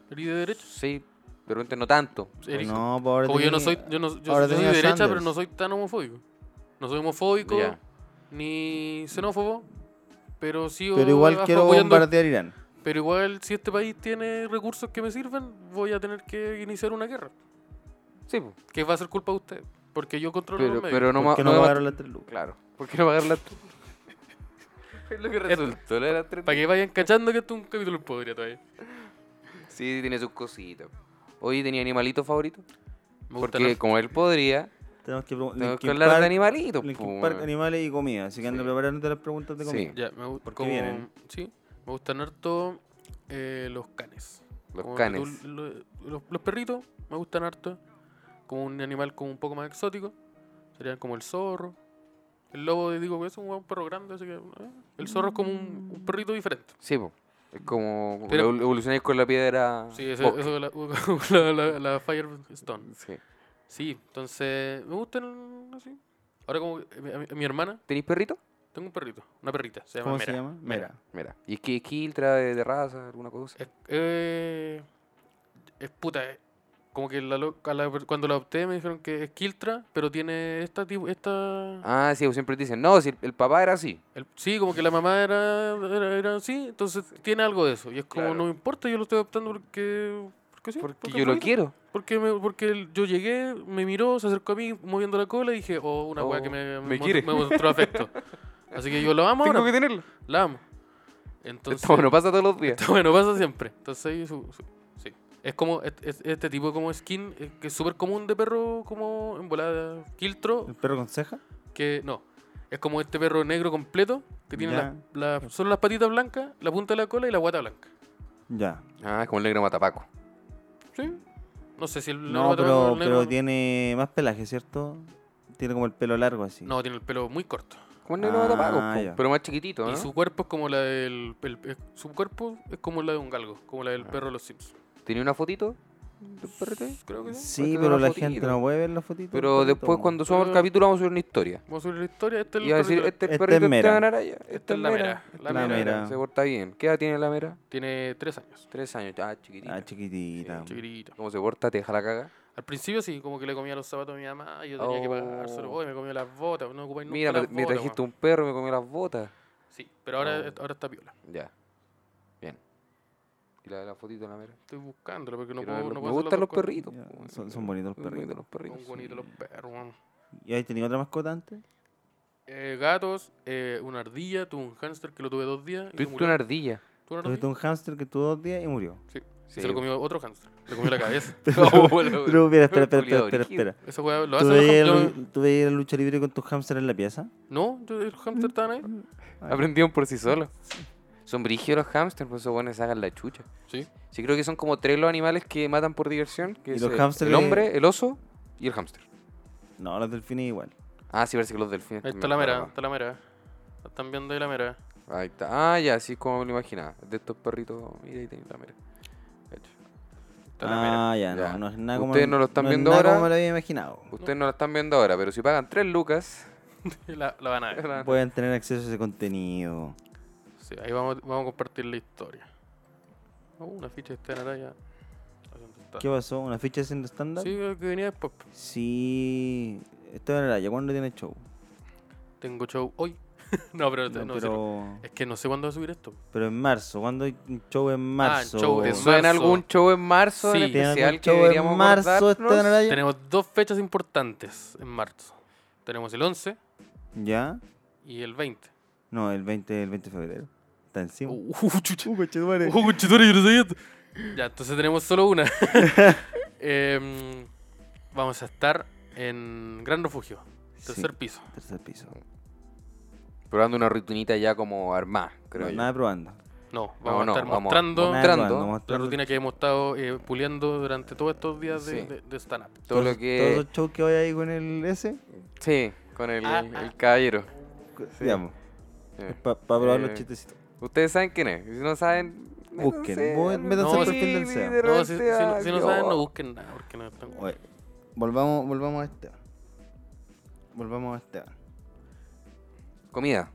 S2: Eres de derecha.
S4: sí, pero antes no tanto.
S2: Eres-
S3: no, pues ahora
S2: como yo no soy,
S3: tenía-
S2: yo, no, yo,
S3: ahora
S2: yo soy
S3: tenía
S2: de derecha,
S3: Sanders.
S2: pero no soy tan homofóbico. No soy homofóbico,
S4: Ya.
S2: ni xenófobo, pero sí
S3: Pero igual
S2: abajo
S3: quiero
S2: apoyando-
S3: bombardear Irán.
S2: Pero igual, si este país tiene recursos que me sirven, voy a tener que iniciar una guerra.
S4: Sí, po.
S2: Que va a ser culpa de usted. Porque yo controlo
S4: pero,
S2: los medios.
S4: pero no, ma-
S3: ¿Por qué no
S4: me va-
S3: pagaron las tres lucas?
S4: Claro. ¿Por qué no pagar la Es lo que resultó. la de las tres-
S2: Para que vayan cachando que esto es un capítulo podría todavía.
S4: Sí, tiene sus cositas. Hoy tenía animalito favorito.
S2: Me gusta
S4: Porque como él podría,
S3: Tenemos que, pregun-
S4: tengo que
S3: Linkin
S4: hablar de
S3: Park-
S4: animalitos. po,
S3: Linkin
S4: weón.
S3: Park, animales y comida. Así que anda
S4: Sí.
S3: preparándote las preguntas de
S4: Sí.
S3: comida.
S2: Ya, me, gu-
S3: ¿Por qué
S2: como-
S3: vienen?
S2: Sí, me gustan harto eh, los canes.
S4: Los
S2: Como que tú-
S4: canes.
S2: lo- los, los perritos me gustan harto. Como un animal como un poco más exótico. Serían como el zorro. El lobo, digo que es un, un perro grande, así que... eh, El zorro es como un, un perrito diferente.
S4: Sí, po. Es como
S2: Pero-
S4: evol- evolucionáis con la piedra.
S2: Sí, eso,
S4: Bosque.
S2: eso es la, la, la- la Firestone.
S4: Sí.
S2: Sí, entonces me gustan así. Ahora como que mi, a mi- a mi hermana,
S4: ¿Tenéis perrito?
S2: tengo un perrito, una perrita, se llama
S3: ¿Cómo
S2: Mera.
S3: se llama? Mera.
S4: Mira. ¿Y es que es quiltra de, de raza, alguna cosa?
S2: Es, eh, es puta, eh, como que la lo- a la per- cuando la adopté me dijeron que es Kiltra, pero tiene esta... tipo- esta
S4: Ah, sí, siempre te dicen, no, si el, el papá era así.
S2: el- sí, como que la mamá era, era, era así, entonces tiene algo de eso. Y es como,
S4: Claro.
S2: no me importa, yo lo estoy adoptando porque... Porque, sí,
S4: Porque
S2: es
S4: yo lo
S2: bonito.
S4: quiero.
S2: Porque, me- porque el- yo llegué, me miró, se acercó a mí moviendo la cola y dije, oh, una weá que
S4: Oh,
S2: me,
S4: me
S2: mot-
S4: quiere.
S2: me mostró afecto. Así que yo lo amo
S4: Tengo
S2: ahora,
S4: que tenerlo.
S2: la amo. Entonces,
S4: Esto no pasa todos los días.
S2: bueno, pasa siempre. Entonces, ahí su- su- sí. Es como es- es- este tipo de como skin eh, que es súper común de perro como en volada quiltro,
S3: ¿El perro con ceja?
S2: que no. Es como este perro negro completo que tiene
S3: Ya.
S2: la- la- solo las patitas blancas, la punta de la cola y la guata blanca.
S3: Ya.
S4: Ah, es como el negro matapaco.
S2: ¿Sí? No sé si el
S3: No,
S2: el
S3: pero,
S2: negro-
S3: pero tiene más pelaje, ¿cierto? Tiene como el pelo largo así.
S2: No, tiene el pelo muy corto.
S4: Como el negro
S3: Ah,
S4: matapaco, po,
S3: ya.
S4: pero más chiquitito, ¿no?
S2: Y su cuerpo es como la del. el- eh, su cuerpo es como la de un galgo, como la del
S3: Ah.
S2: perro de los Sims.
S4: ¿Tenía una fotito del perrito ahí?
S2: Creo que sí.
S3: Sí,
S4: Porque
S3: pero
S4: no
S3: la
S4: fotito.
S3: gente no puede ver la fotito.
S4: Pero después, cuando subamos el
S2: Pero-
S4: capítulo, vamos a subir una historia.
S2: Vamos a subir la historia. Este es el
S4: Y va a decir,
S2: perrito.
S4: este es el
S3: Esta es
S4: perrito
S3: Mera.
S4: Esteban Araya. Este
S2: Esta
S4: es
S2: es la mera.
S4: Mera.
S2: La
S3: la
S2: mera.
S3: mera.
S4: Se porta bien. ¿Qué edad tiene la mera?
S2: Tiene tres años.
S4: Tres años. Ah, chiquitito.
S3: Ah, chiquitita.
S2: Chiquitito.
S4: ¿Cómo se porta? ¿Te deja la caga?
S2: Al principio sí, como que le comía los zapatos a mi mamá. y Yo tenía que
S4: Oh.
S2: pagárselo. Hoy me comía las botas. No ocupáis nunca
S4: Mira, me,
S2: las
S4: me
S2: botas,
S4: trajiste
S2: weón.
S4: un Oh. perro y me comió las botas.
S2: Sí, pero ahora,
S4: No.
S2: ahora está piola.
S4: Ya. Bien. ¿Y la de la fotito en la mera?
S2: Estoy buscándola porque no
S4: Quiero
S2: puedo,
S4: verlo.
S2: no
S4: me
S2: puedo hacer
S4: gustan los
S2: las dos cosas.
S4: perritos.
S3: Ya,
S4: po, weón.
S3: son, son bonitos los
S4: Son bonitos
S3: perritos.
S4: los perritos.
S2: Son bonitos los perros, weón.
S3: ¿Y ahí tenía otra mascota antes?
S2: Eh, gatos, eh, una ardilla, tuve un hámster que lo tuve dos días. y se
S4: Tuviste
S2: murió.
S4: una ardilla.
S2: Tuve una
S3: Tuviste
S2: ardilla,
S3: un hámster que tuvo dos días y murió.
S2: y Se lo comió otro hámster. Le comió la cabeza.
S4: No, bueno,
S3: Pero mira, espera, espera,
S4: Culiao
S3: espera, espera.
S4: brígido.
S3: espera.
S2: Esa weá lo
S3: ¿Tú
S2: hacen los
S3: veías
S2: hámster.
S3: lu- tú veías la lucha libre con tus hámster en la pieza?
S2: No, yo- los hámster estaban ahí.
S4: Aprendieron por sí solos. Son brígidos los pues hamsters, por eso bueno, sacan la chucha.
S2: Sí.
S4: Sí, creo que son como tres los animales que matan por diversión. Que
S3: ¿Y
S4: es,
S3: los
S4: eh,
S3: hámster
S4: El
S3: que-
S4: hombre, el oso y el hámster.
S3: No, los delfines igual.
S4: Ah, sí, parece que los delfines.
S2: Ahí está
S4: también,
S2: la mera,
S4: claro.
S2: está la mera. La Están viendo ahí la mera.
S4: Ahí está. Ah, ya, así es como me lo imaginaba. De estos perritos. Mira, ahí tenéis la mera. Cacho.
S2: Está la mera.
S3: Ah, ya,
S4: Ya.
S3: no, no es nada como...
S4: Ustedes no lo están
S3: es
S4: viendo
S3: nada
S4: ahora.
S3: como me lo había imaginado.
S4: Ustedes no la están viendo ahora, pero si pagan tres lucas.
S2: La, la van a
S4: Ah.
S2: ver.
S3: Pueden tener acceso a ese contenido.
S2: Sí, ahí vamos, vamos a compartir la historia. Oh, una ficha de esta naranja.
S3: ¿Qué pasó? ¿Una ficha haciendo stand-up?
S2: Ah. Sí, lo que venía después.
S3: Sí. Esteban Araya, ¿cuándo tiene show?
S2: Tengo show hoy. no, pero,
S3: No,
S2: no, sí, no.
S3: pero,
S2: es que no sé cuándo va a subir esto.
S3: pero en marzo, ¿cuándo hay un show en marzo?
S2: show de
S4: ¿Te
S2: En
S4: suena
S2: marzo.
S4: algún show en marzo en
S2: Sí.
S3: ¿Tiene algún
S4: especial que
S3: show
S4: deberíamos
S3: en marzo,
S4: abordarnos?
S3: Esteban Araya?
S2: Tenemos dos fechas importantes en marzo. Tenemos el 11
S3: ¿Ya?
S2: y el 20.
S3: No, el 20, el 20 de febrero. Está encima.
S2: Uh, uh, chucha.
S3: Uh, conchetumare.
S2: Oh, conchetumare, yo no sabía esto. Ya, entonces tenemos solo una. Em, vamos a estar en Gran Refugio,
S3: Sí,
S2: tercer piso.
S3: tercer piso.
S4: Probando una rutinita ya como armada, creo
S3: No,
S4: yo.
S3: nada probando.
S2: No, vamos
S4: no,
S2: a estar
S4: vamos-
S2: mostrando
S4: vamos-
S3: Nada
S4: Entrando,
S3: probando,
S4: la
S2: la
S3: mostrando
S2: rutina que hemos estado eh, puliendo durante todos estos días de,
S4: Sí.
S2: de- de stand-up.
S4: Todo lo
S3: todos- Todos
S4: que.
S3: los shows que vaya ahí con el S,
S4: Sí, con el,
S2: Ah,
S4: el-
S2: ah.
S4: el caballero.
S3: digamos.
S4: Eh.
S3: Para probar
S4: Eh.
S3: los chistecitos.
S4: Ustedes saben quién es. y Si no saben,
S3: Busquen,
S4: métanse
S3: bu-
S4: al
S3: métanse
S2: al
S4: perfil
S3: perfil del
S4: y
S3: SEA.
S4: de
S2: No, si, si
S4: repente,
S2: no,
S4: ah,
S2: si no
S4: yo-
S2: saben, no busquen nada, porque no están...
S3: Oye, volvamos, volvamos a Esteban. Volvamos a Esteban.
S4: Comida.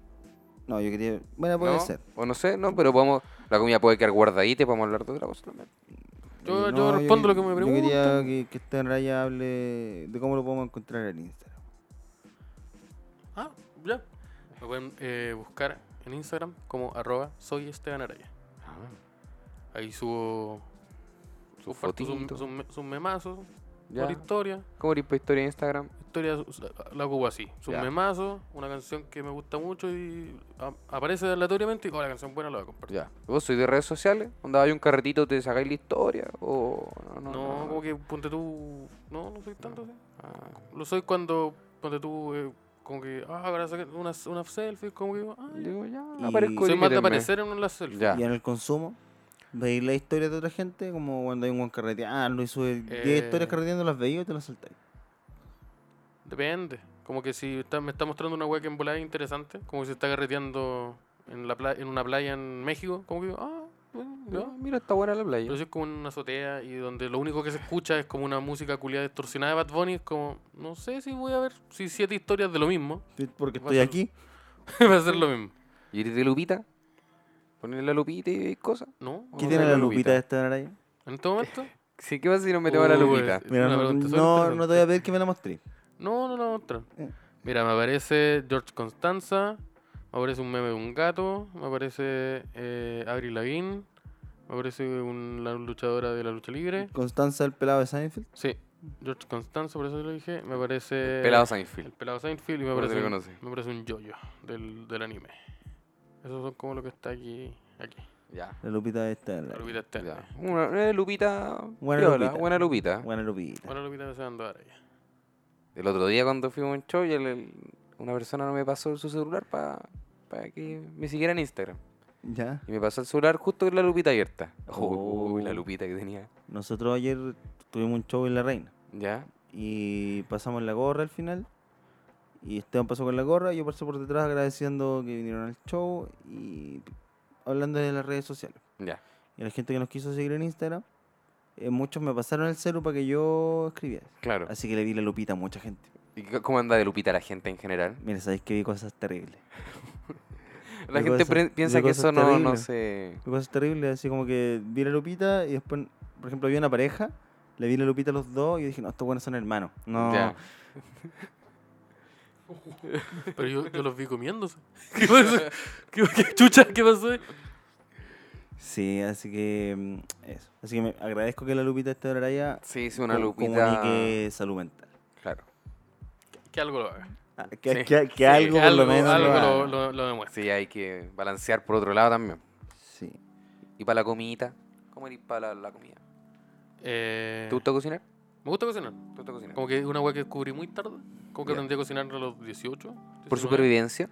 S3: No, yo quería. Bueno, puede
S4: ¿no?
S3: ser.
S4: O no sé, no, pero podemos. La comida puede quedar guardadita y podemos hablar de otra cosa también.
S2: Yo-
S3: Eh,
S2: yo respondo lo que me
S3: Yo quería que, que Esteban Raya hable de cómo lo podemos encontrar en Instagram.
S2: Ah, ya. Me pueden eh, buscar en Instagram como arroba soy Esteban Araya. Ahí subo...
S4: Sus
S2: comparto sus-
S4: fotitos.
S2: sus me- sus memazos,
S4: Ya.
S2: por historia.
S4: ¿Cómo eres para historia en Instagram?
S2: historia su- su- la hago así. Es
S4: Ya.
S2: un memazo, una canción que me gusta mucho y a- aparece aleatoriamente y oh, la canción buena la voy a compartir.
S4: Ya. ¿Vos sois de redes sociales? ¿Onda hay un carretito te sacáis la historia? ¿O no? No,
S2: No,
S4: no, no.
S2: como que ponte tú. No, no soy tanto así.
S4: Ah,
S2: Lo soy cuando ponte tú, eh, como que, ah, ahora saqué una, una selfie, como que, ah, ya.
S4: digo, ya,
S3: Y-
S4: aparezco
S2: soy más de
S4: invítenme.
S2: aparecer en una selfie.
S4: Ya.
S3: Y en el consumo, veis la historia de otra gente, como cuando hay un buen carreteando Ah, y sube 10
S2: Eh.
S3: historias carreteando, las veis y te las saltáis.
S2: Depende. Como que si está- me está mostrando una wea que en volada es interesante, como que se está carreteando en, la pla- en una playa en México, como que, ah, bueno,
S4: Ya,
S2: ya.
S4: Mira, está buena la playa.
S2: Pero eso es como una azotea y donde lo único que se escucha es como una música culiada distorsionada de Bad Bunny. Es como, no sé si voy a ver si siete historias de lo mismo.
S3: Sí, Porque
S2: Va a
S3: estoy
S2: ser-
S3: aquí.
S2: Va a ser lo mismo.
S4: ¿Y eres de Lupita? Ponerle la Lupita y veis cosas.
S2: ¿No?
S4: ¿Qué
S3: ¿Qué
S4: Vamos
S3: tiene
S4: a
S3: la
S4: la
S3: lupita
S4: lupita.
S3: de Esteban Araya?
S2: ¿En este momento?
S4: Sí, ¿qué pasa si nos metemos a la
S2: Uy,
S4: Lupita?
S2: es
S3: Mira,
S2: una
S3: no,
S2: pregunta súper
S3: no,
S2: interesante.
S3: no te voy a pedir que me la mostré.
S2: No, no, no, otra.
S3: Eh.
S2: Mira, me aparece George Constanza, me aparece un meme de un gato, me aparece eh, Avril Lavigne, me aparece una luchadora de la lucha libre.
S3: Constanza el pelado de Seinfeld.
S2: Sí, George Constanza, por eso lo dije. Me aparece...
S4: Pelado
S2: El
S4: Seinfeld.
S2: pelado Seinfeld y me
S4: ¿Cómo se
S2: parece,
S4: le
S2: un,
S4: conoce?
S2: me parece un yoyo del, del anime. Esos son como lo que está aquí. aquí.
S4: Ya.
S3: La lupita de Esteban
S2: La
S3: Araya.
S2: lupita está.
S4: ya. Una eh, Lupita.
S3: Buena
S4: piola,
S3: Lupita. Buena
S4: Buena Lupita.
S3: lupita.
S2: Ahora la lupita se anda ahora ya.
S4: El otro día cuando fuimos a un show, y el- el- una persona no me pasó su celular para que me siguiera en Instagram.
S3: Ya.
S4: Y me pasó el celular justo con la lupita abierta.
S3: Oh.
S4: Uy, la lupita que tenía.
S3: Nosotros ayer tuvimos un show en La Reina.
S4: Ya.
S3: y pasamos la gorra al final. Y Esteban pasó con la gorra, yo pasé por detrás agradeciendo que vinieron al show y hablando de las redes sociales.
S4: Ya.
S3: Y la gente que nos quiso seguir en Instagram, eh, muchos me pasaron el celu para que yo escribiera.
S4: Claro.
S3: Así que le di la lupita a mucha gente.
S4: ¿Y c- cómo anda de lupita la gente en general?
S3: Mira, sabéis que vi cosas terribles.
S4: La
S3: De
S4: gente
S3: cosas-
S4: pre-
S3: de
S4: piensa que
S3: cosas
S4: eso no, no
S3: terribles.
S4: se...
S3: Vi cosas terribles, así como que vi la lupita y después, por ejemplo, vi una pareja, le vi la lupita a los dos y dije, no, estos buenos son hermanos. No,
S4: Ya.
S2: Pero yo, yo los vi comiéndose. ¿Qué pasó? ¿Qué, qué chucha? ¿Qué pasó?
S3: Sí, así que mm, eso. Así que me agradezco que la Lupita esté ahora allá.
S4: Sí, es una
S3: com-
S4: lupita.
S3: Comunique salud mental.
S4: Claro.
S2: Que algo lo haga.
S3: Ah, Que,
S2: Sí.
S3: que- que
S2: Sí,
S3: algo por lo menos.
S2: algo
S3: lo
S2: lo,
S3: haga.
S2: lo- lo demuestre.
S4: Sí, hay que balancear por otro lado también.
S3: Sí.
S4: Y para la comidita. ¿Cómo ir para la, la comida?
S2: Eh,
S4: ¿Te gusta cocinar?
S2: Me gusta cocinar.
S4: ¿Te gusta cocinar?
S2: Como que es una weá que descubrí muy tarde. Como que
S4: Ya.
S2: aprendí a cocinar a los 18.
S4: ¿Por
S2: 19.
S4: supervivencia?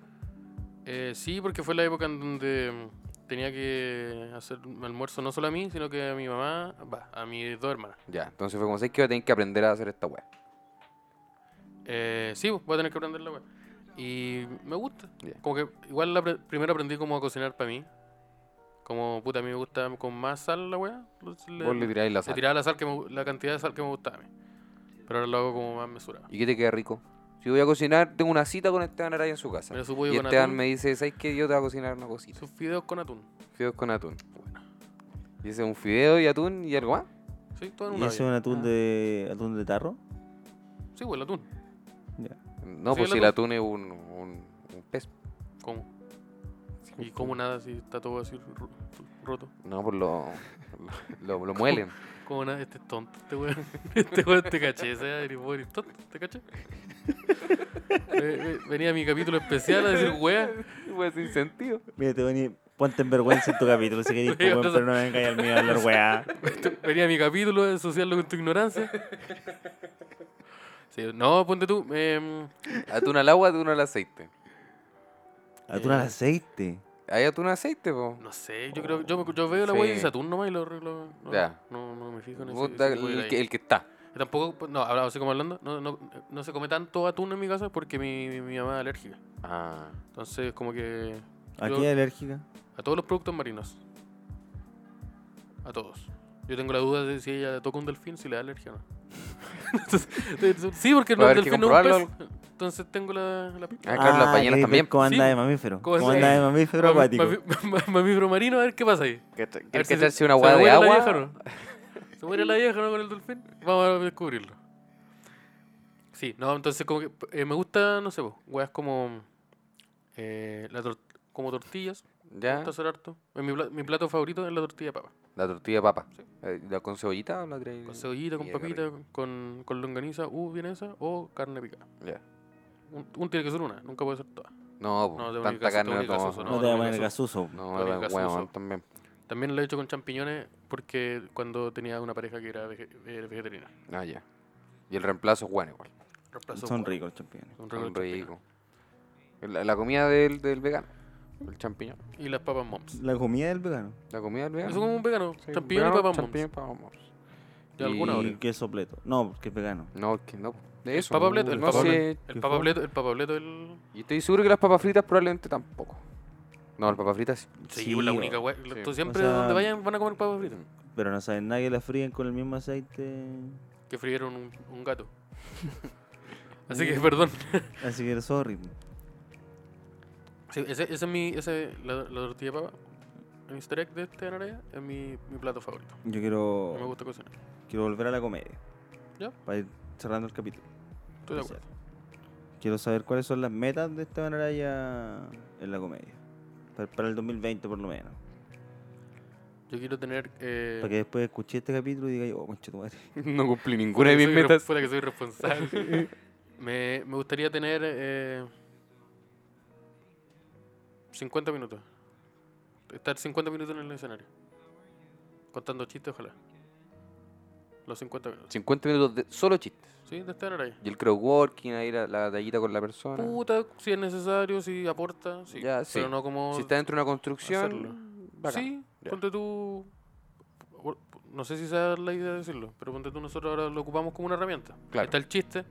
S2: Eh, sí, porque fue la época en donde mm, tenía que hacer un almuerzo no solo a mí, sino que a mi mamá, bah, a mis dos hermanas.
S4: Ya, entonces fue como, sé que voy a tener que aprender a hacer esta weá.
S2: Eh, sí, voy a tener que aprender la weá. Y me gusta.
S4: Ya.
S2: Como que igual la pre- primero aprendí cómo a cocinar para mí. Como puta, a mí me gusta con más sal la weá. Le,
S4: Vos le tiráis la
S2: le
S4: sal.
S2: tiraba la, sal que me- la cantidad de sal que me gustaba a mí. Pero ahora lo hago como más mesurado.
S4: ¿Y qué te queda rico? Si voy a cocinar, tengo una cita con Esteban Araya en su casa.
S2: Mira, su pollo
S4: Y
S2: con
S4: Esteban
S2: atún.
S4: me dice, ¿sabes qué? Yo te voy a cocinar una cosita.
S2: Sus fideos con atún.
S4: Fideos con atún. Y ese es un fideo y atún y algo más.
S2: Sí, todo en
S3: ¿Y
S2: una.
S3: ese es un atún
S4: Ah.
S3: de, atún de tarro?
S2: Sí, pues el atún.
S3: Ya.
S4: No,
S2: Sí,
S4: pues
S2: el
S4: si el atún es un, un, un pez.
S2: ¿Cómo?
S4: pues.
S2: Y como nada si está todo así ro- roto.
S4: No, pues lo, lo, lo muelen.
S2: Como nada, este es tonto, este weón. Este weón te caché, ese eres vos, eres tonto, te caché. Ve- ve- Venía a mi capítulo especial a decir wea.
S4: Pues sin sentido.
S3: Mira, te voy a ponte en vergüenza en tu capítulo. Si querés,
S2: Weón,
S3: weón, pero no me vengas al mío a hablar, weá.
S2: Venía a mi capítulo a asociarlo con tu ignorancia. Sí, no, ponte tú. em,
S4: Atún al agua, atún al aceite.
S3: Atún
S2: Eh.
S3: al aceite.
S4: ¿Hay atún al aceite, po?
S2: no sé, yo creo yo, me- yo veo la wea y
S4: Oh, Sí.
S2: dice atún nomás y lo arreglo. No,
S4: Ya.
S2: no, no me fijo en ese-
S4: Puta,
S2: ese tipo de
S4: el,
S2: detalle.
S4: que, el que está.
S2: Tampoco, pues, no, hablaba así como hablando, no, no, no se come tanto atún en mi casa porque mi, mi, mi mamá es alérgica.
S4: Ah,
S2: Entonces, como que
S3: ¿A
S2: Yo-
S3: qué alérgica?
S2: a todos los productos marinos. A todos. Yo tengo la duda de si ella toca un delfín, si le da alergia o no. Entonces, eh, sí, porque
S4: Va
S2: no,
S4: a
S2: el
S4: haber que
S2: delfín no es un
S4: comprobarlo.
S2: pez. Entonces tengo la... la
S4: Ah, claro, las
S3: queréis
S4: ballenas
S3: ver
S4: también.
S3: ¿Cómo anda
S2: Sí.
S3: de mamífero?
S2: ¿Cómo
S3: ¿Cómo,
S2: se-
S3: anda de mamífero
S2: mami-
S3: acuático?
S2: mami- mamífero marino, a ver qué pasa ahí.
S4: ¿Quieres que
S2: si Este se-
S4: echarse una
S2: se
S4: agua de
S2: muere la
S4: agua?
S2: vieja o no? ¿Se muere la vieja no con el delfín? Vamos a descubrirlo. Sí, no, entonces como que eh, me gusta, no sé, po, weas como eh, la tor- como tortillas, me
S4: Ya.
S2: gusta hacer harto. Eh, Mi, pla- mi plato favorito es la tortilla de papa,
S4: La tortilla de papa. Eh, ¿La con cebollita o la tiráis?
S2: con cebollita, con
S4: Mira, Mm, qué
S2: papita, con, con longaniza, uh, vienesa o carne picada.
S4: Ya.
S2: Un, un tiene que ser una, nunca puede ser toda.
S4: No, po,
S2: No, de
S4: tanta
S2: unicaso-
S4: carne
S2: de
S4: no tomamos.
S2: unicaso, no,
S3: No, te
S2: no
S3: voy a
S2: me
S3: poner
S2: caso.
S3: gasuso.
S4: No,
S2: de
S4: de
S2: unicaso
S4: huevón
S2: uso.
S4: también.
S2: También lo he hecho con champiñones porque cuando tenía una pareja que era vege- eh, vegetariana.
S4: Ah, ya. Y el reemplazo es bueno igual.
S2: Reemplazo
S3: Son
S2: por-
S3: ricos los champiñones.
S2: son ricos
S4: Son
S2: los champiñones.
S4: rico. La, la comida del, del vegano. El champiñón.
S2: Y las papas moms.
S3: La comida del vegano.
S4: La comida del
S2: Eso
S4: vegano.
S2: es como un vegano.
S4: Sí,
S2: champiñón y
S4: vegano,
S2: papas moms.
S4: champiñón y papas moms.
S2: De alguna
S4: Y-
S2: hora.
S3: Y queso pleto. No, porque es vegano.
S4: No, que no. De eso.
S2: papableto, el
S4: no sé.
S2: papableto. El
S3: ¿Qué
S2: papableto, el papableto, el...
S4: Y estoy seguro que las papas fritas probablemente tampoco. No, las papas fritas sí.
S2: Sí, la
S3: o-
S2: única wea.
S4: sí.
S2: Tú siempre
S3: O sea-
S2: donde vayan van a comer papas fritas.
S3: Pero no saben nada que la fríen con el mismo aceite.
S2: Que frieron un, un gato. Así que, perdón.
S3: Así que sorry.
S2: Sí, ese, ese es mi... Ese, la, la tortilla de papa. El easter egg de este área es mi, mi plato favorito.
S3: Yo
S2: No me
S4: Oh.
S3: quiero,
S2: gusta cocinar.
S3: quiero volver a la comedia.
S2: Ya.
S3: Para ir cerrando el capítulo.
S2: Estoy de acuerdo.
S3: Quiero saber cuáles son las metas de esta manera ya en la comedia. Para, para el 2020 por lo menos.
S2: Yo quiero tener... Eh,
S3: Para que después escuche este capítulo y diga, oh, concha tu madre.
S4: no cumplí
S2: por
S4: ninguna
S2: la
S4: de
S2: que
S4: mis
S2: soy re-
S4: metas.
S2: Por la que soy responsable. me, me gustaría tener... eh, 50 minutos. Estar 50 minutos en el escenario. Contando chistes, ojalá. Los 50 minutos.
S4: 50 minutos de solo chistes.
S2: Sí, de estar ahí.
S4: Y el crowdworking, ahí la, la tallita con la persona.
S2: Puta, si es necesario, si aporta, sí.
S4: Ya, sí.
S2: Pero no como...
S4: si está dentro de una construcción,
S2: hacerlo.
S4: bacán.
S2: Sí,
S4: Ya.
S2: ponte tú... por- No sé si sea la idea de decirlo, pero ponte tú, nosotros ahora lo ocupamos como una herramienta.
S4: Claro.
S2: Está el chiste,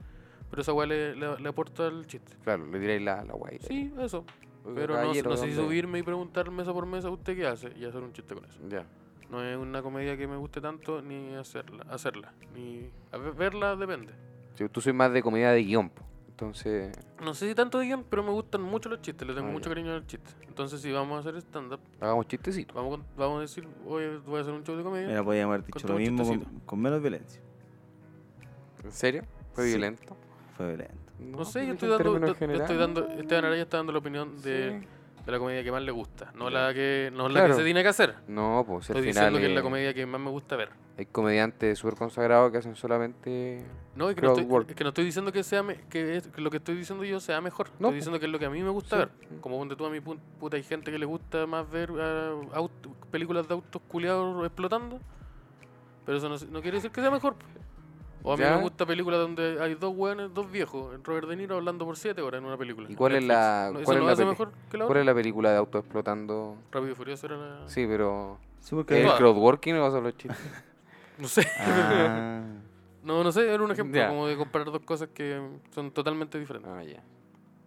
S2: pero esa weá le, le- le aporta el chiste.
S4: Claro, le diréis la, la guay.
S2: Sí, eso.
S4: Oiga,
S2: Pero no,
S4: Pues, caballero,
S2: no sé si
S4: ¿dónde?
S2: subirme y preguntar mesa por mesa, ¿usted qué hace? Y hacer un chiste con eso.
S4: Ya.
S2: No es una comedia que me guste tanto, ni hacerla, hacerla. Ni a ver- verla depende.
S4: Sí, tú soy más de comedia de guión, po. entonces.
S2: No sé si tanto digan, pero me gustan mucho los chistes, le tengo
S4: Ah,
S2: mucho
S4: ya.
S2: cariño a los chistes. Entonces, si vamos a hacer stand-up,
S4: Hagamos chistecitos.
S2: vamos, con- vamos a decir, hoy voy a hacer un show de comedia.
S3: Mira, podíamos haber dicho
S2: Contó
S3: lo
S2: un
S3: mismo con,
S2: chistecito.
S3: con menos violencia.
S4: ¿En serio? Fue
S3: Sí.
S4: violento.
S3: Fue violento.
S2: No sé,
S4: pues
S2: yo estoy
S4: dije en
S2: dando,
S4: términos
S2: yo- yo estoy
S4: generales.
S2: dando, este Esteban Araya está dando la opinión de,
S4: Sí.
S2: de la comedia que más le gusta, no la que, no la
S4: Claro.
S2: que se tiene que hacer.
S4: No, pues al
S2: Estoy
S4: final
S2: diciendo que es la
S4: eh,
S2: comedia que más me gusta ver.
S4: hay comediantes súper consagrados que hacen solamente...
S2: No, es que no,
S4: crowd
S2: estoy,
S4: work.
S2: es que no estoy diciendo que sea me- que, es- que lo que estoy diciendo yo sea mejor.
S4: No,
S2: estoy diciendo que es lo que a mí me gusta
S4: Sí.
S2: ver. Como ponte tú a mi pu- puta, hay gente que le gusta más ver ah, auto- películas de autos culiados explotando. Pero eso no, no quiere decir que sea mejor. po. O a mí
S4: Ya.
S2: me gusta películas donde hay dos hueones, dos viejos, Robert De Niro hablando por siete horas en una película.
S4: ¿Y
S2: en
S4: cuál es
S2: Netflix.
S4: la-
S2: No, ¿Eso
S4: cuál es
S2: no
S4: la
S2: hace
S4: peli-
S2: mejor que la
S4: ¿Cuál
S2: otra?
S4: es la película de auto explotando?
S2: Rápido y Furioso era la...
S4: Sí, pero...
S3: Sí,
S4: ¿Es
S3: porque...
S4: el
S2: Claro.
S4: crowdworking o vas a los chistes?
S2: No sé.
S3: Ah,
S2: No, no sé, era un ejemplo
S4: Ya.
S2: como de comparar dos cosas que son totalmente diferentes.
S4: Ah, ya.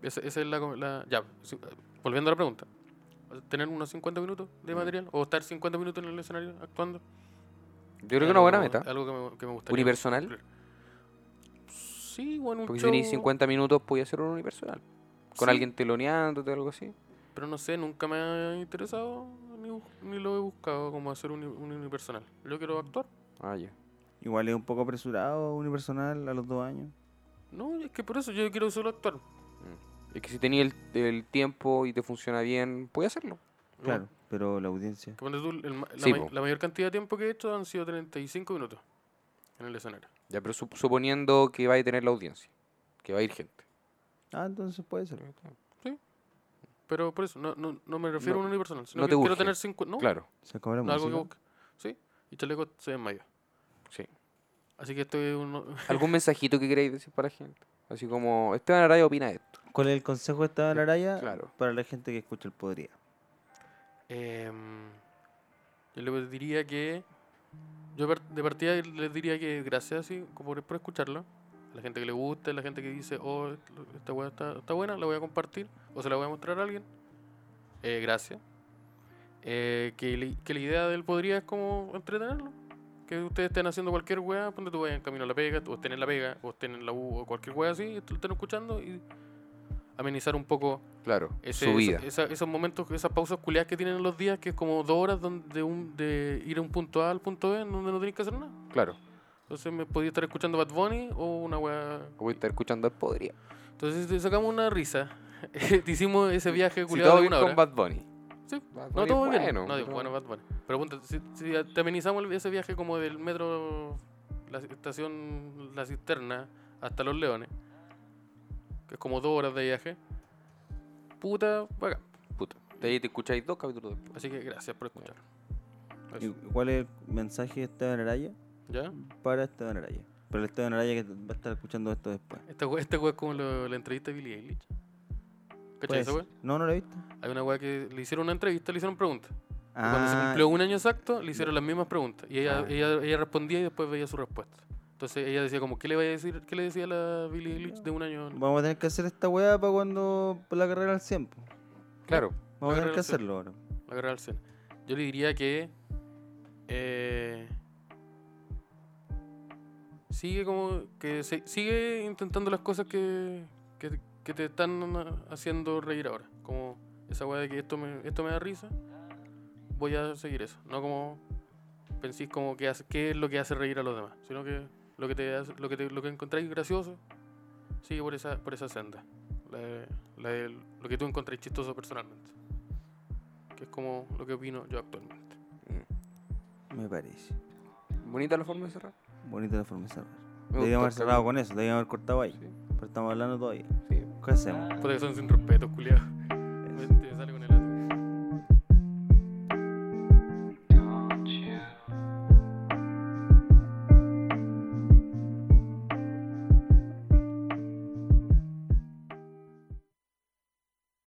S2: Esa, esa es la, co- la- Ya, sí, volviendo a la pregunta. ¿Tener unos 50 minutos de
S4: Mm.
S2: material? ¿O estar 50 minutos en el escenario actuando?
S4: Yo creo que es una buena meta.
S2: Algo que me, que me gustaría.
S4: ¿Unipersonal?
S2: Claro. Sí, bueno, un
S4: Porque si
S2: show,
S4: tenéis 50 minutos, podía ser un unipersonal. Con
S2: sí,
S4: alguien teloneándote o algo así.
S2: Pero no sé, nunca me ha interesado ni, bu- ni lo he buscado como hacer un, un unipersonal. Yo quiero actuar.
S4: Ah, ya.
S3: igual es un poco apresurado, unipersonal, a los dos años.
S2: No, es que por eso yo quiero solo actuar.
S4: Es que si tenías el, el tiempo y te funciona bien, puedes hacerlo.
S2: ¿no?
S3: Claro, pero la audiencia...
S2: Que ponte tú, el ma- la,
S4: Sí,
S2: may-
S4: po.
S2: la mayor cantidad de tiempo que he hecho han sido 35 minutos en el escenario.
S4: Ya, pero sup- suponiendo que va a tener la audiencia, que va a ir gente.
S3: Ah, entonces puede ser.
S2: Pero por eso, no, no, no me refiero a
S4: No-
S2: un unipersonal. Sino
S4: no
S2: que
S4: te
S2: quiero
S4: urge.
S2: tener 50. No,
S4: Claro,
S3: Se acabó la
S2: no, algo que
S3: música.
S2: busque. Sí, y Chaleco se desmayó.
S4: sí.
S2: Así que estoy uno.
S4: ¿Algún mensajito que queréis decir para la gente? Así como, Esteban Araya opina esto.
S3: ¿Cuál es el consejo de Esteban
S4: Eh,
S3: Araya
S4: claro.
S3: para la gente que escucha el Podría?
S2: Em, yo les diría que. Yo par- de partida les diría que gracias sí, como por, por escucharlo. A la gente que le gusta, a la gente que dice, oh, esta weá está, está buena, la voy a compartir o se la voy a mostrar a alguien. Eh, gracias. Eh, que, li- que la idea del podría es como entretenerlo. Que ustedes estén haciendo cualquier weá, ponte tú vayan camino a la pega, o estén en la pega, o estén en la U, o cualquier weá así, y lo estén escuchando y amenizar un poco
S4: Claro,
S2: ese-
S4: su
S2: esa-
S4: vida.
S2: esa- esos momentos, esas pausas culiadas que tienen en los días, que es como dos horas donde un, de ir a un punto A al punto B, en donde no tenés que hacer nada.
S4: Claro,
S2: Entonces me podía estar escuchando Bad Bunny o una weá.
S4: voy a estar escuchando el podría.
S2: Entonces te sacamos una risa. Eh, te hicimos ese Este viaje
S4: Si
S2: culiado de
S4: todo bien
S2: una
S4: con
S2: hora.
S4: Bad Bunny.
S2: Sí.
S4: Bad
S2: No,
S4: Bunny
S2: todo
S4: es
S2: bien.
S4: bueno,
S2: no, digo,
S4: pero-
S2: bueno, Bad Bunny. Pero ponte, si, si te amenizamos el- ese viaje como del metro, la estación La Cisterna, hasta Los Leones, que es como dos horas de viaje, puta, bacán.
S4: Puta. De ahí te escucháis dos capítulos después.
S2: Así que gracias por escuchar.
S3: ¿Y
S2: Eso.
S3: ¿Cuál es el mensaje de Esteban Araya
S2: ¿Ya?
S3: para Esteban Araya? Pero el Esteban Araya que va a estar escuchando esto después.
S2: Esta wea, esta wea este es como lo- la entrevista de Billie Eilish. ¿Cachai
S3: Puede
S2: esa
S3: ser.
S2: wea?
S3: No, no lo he visto.
S2: Hay una wea que le hicieron una entrevista, le hicieron preguntas. Y Cuando se
S3: Ah,
S2: cumplió un año exacto, le hicieron las mismas preguntas. Y ella,
S4: Ah.
S2: ella, ella respondía y después veía su respuesta. Entonces ella decía como, ¿qué le vaya a decir? ¿Qué le decía la Billie Eilish de un año?
S3: vamos a tener que hacer esta weá para cuando pa' la carrera al 100. po.
S4: Claro,
S3: Vamos a
S2: La
S3: tener
S2: carrera
S3: que
S2: al 100.
S3: hacerlo ahora.
S2: La guerra del Zen. Yo le diría que. eh, sigue como. que se- Sigue intentando las cosas que, que, que te están ah, haciendo reír ahora. Como esa weá de que esto me, esto me da risa. Voy a seguir eso. No como. Pensís como que hace, qué es lo que hace reír a los demás. Sino que lo que te hace- lo que te- lo que encontráis gracioso. Sigue por esa, por esa senda. La de- la de lo que tú encontráis chistoso personalmente que es como lo que opino yo actualmente.
S3: Me parece.
S4: Mm. bonita la forma de cerrar.
S3: Bonita la forma de cerrar.
S4: Me
S3: Deberíamos haber
S4: gustó el
S3: cerrado con eso, deberíamos haber cortado ahí.
S4: capítulo.
S3: Pero estamos hablando todavía.
S4: Sí, sí.
S3: ¿Qué hacemos?
S2: Puta que son sin respeto, culiado.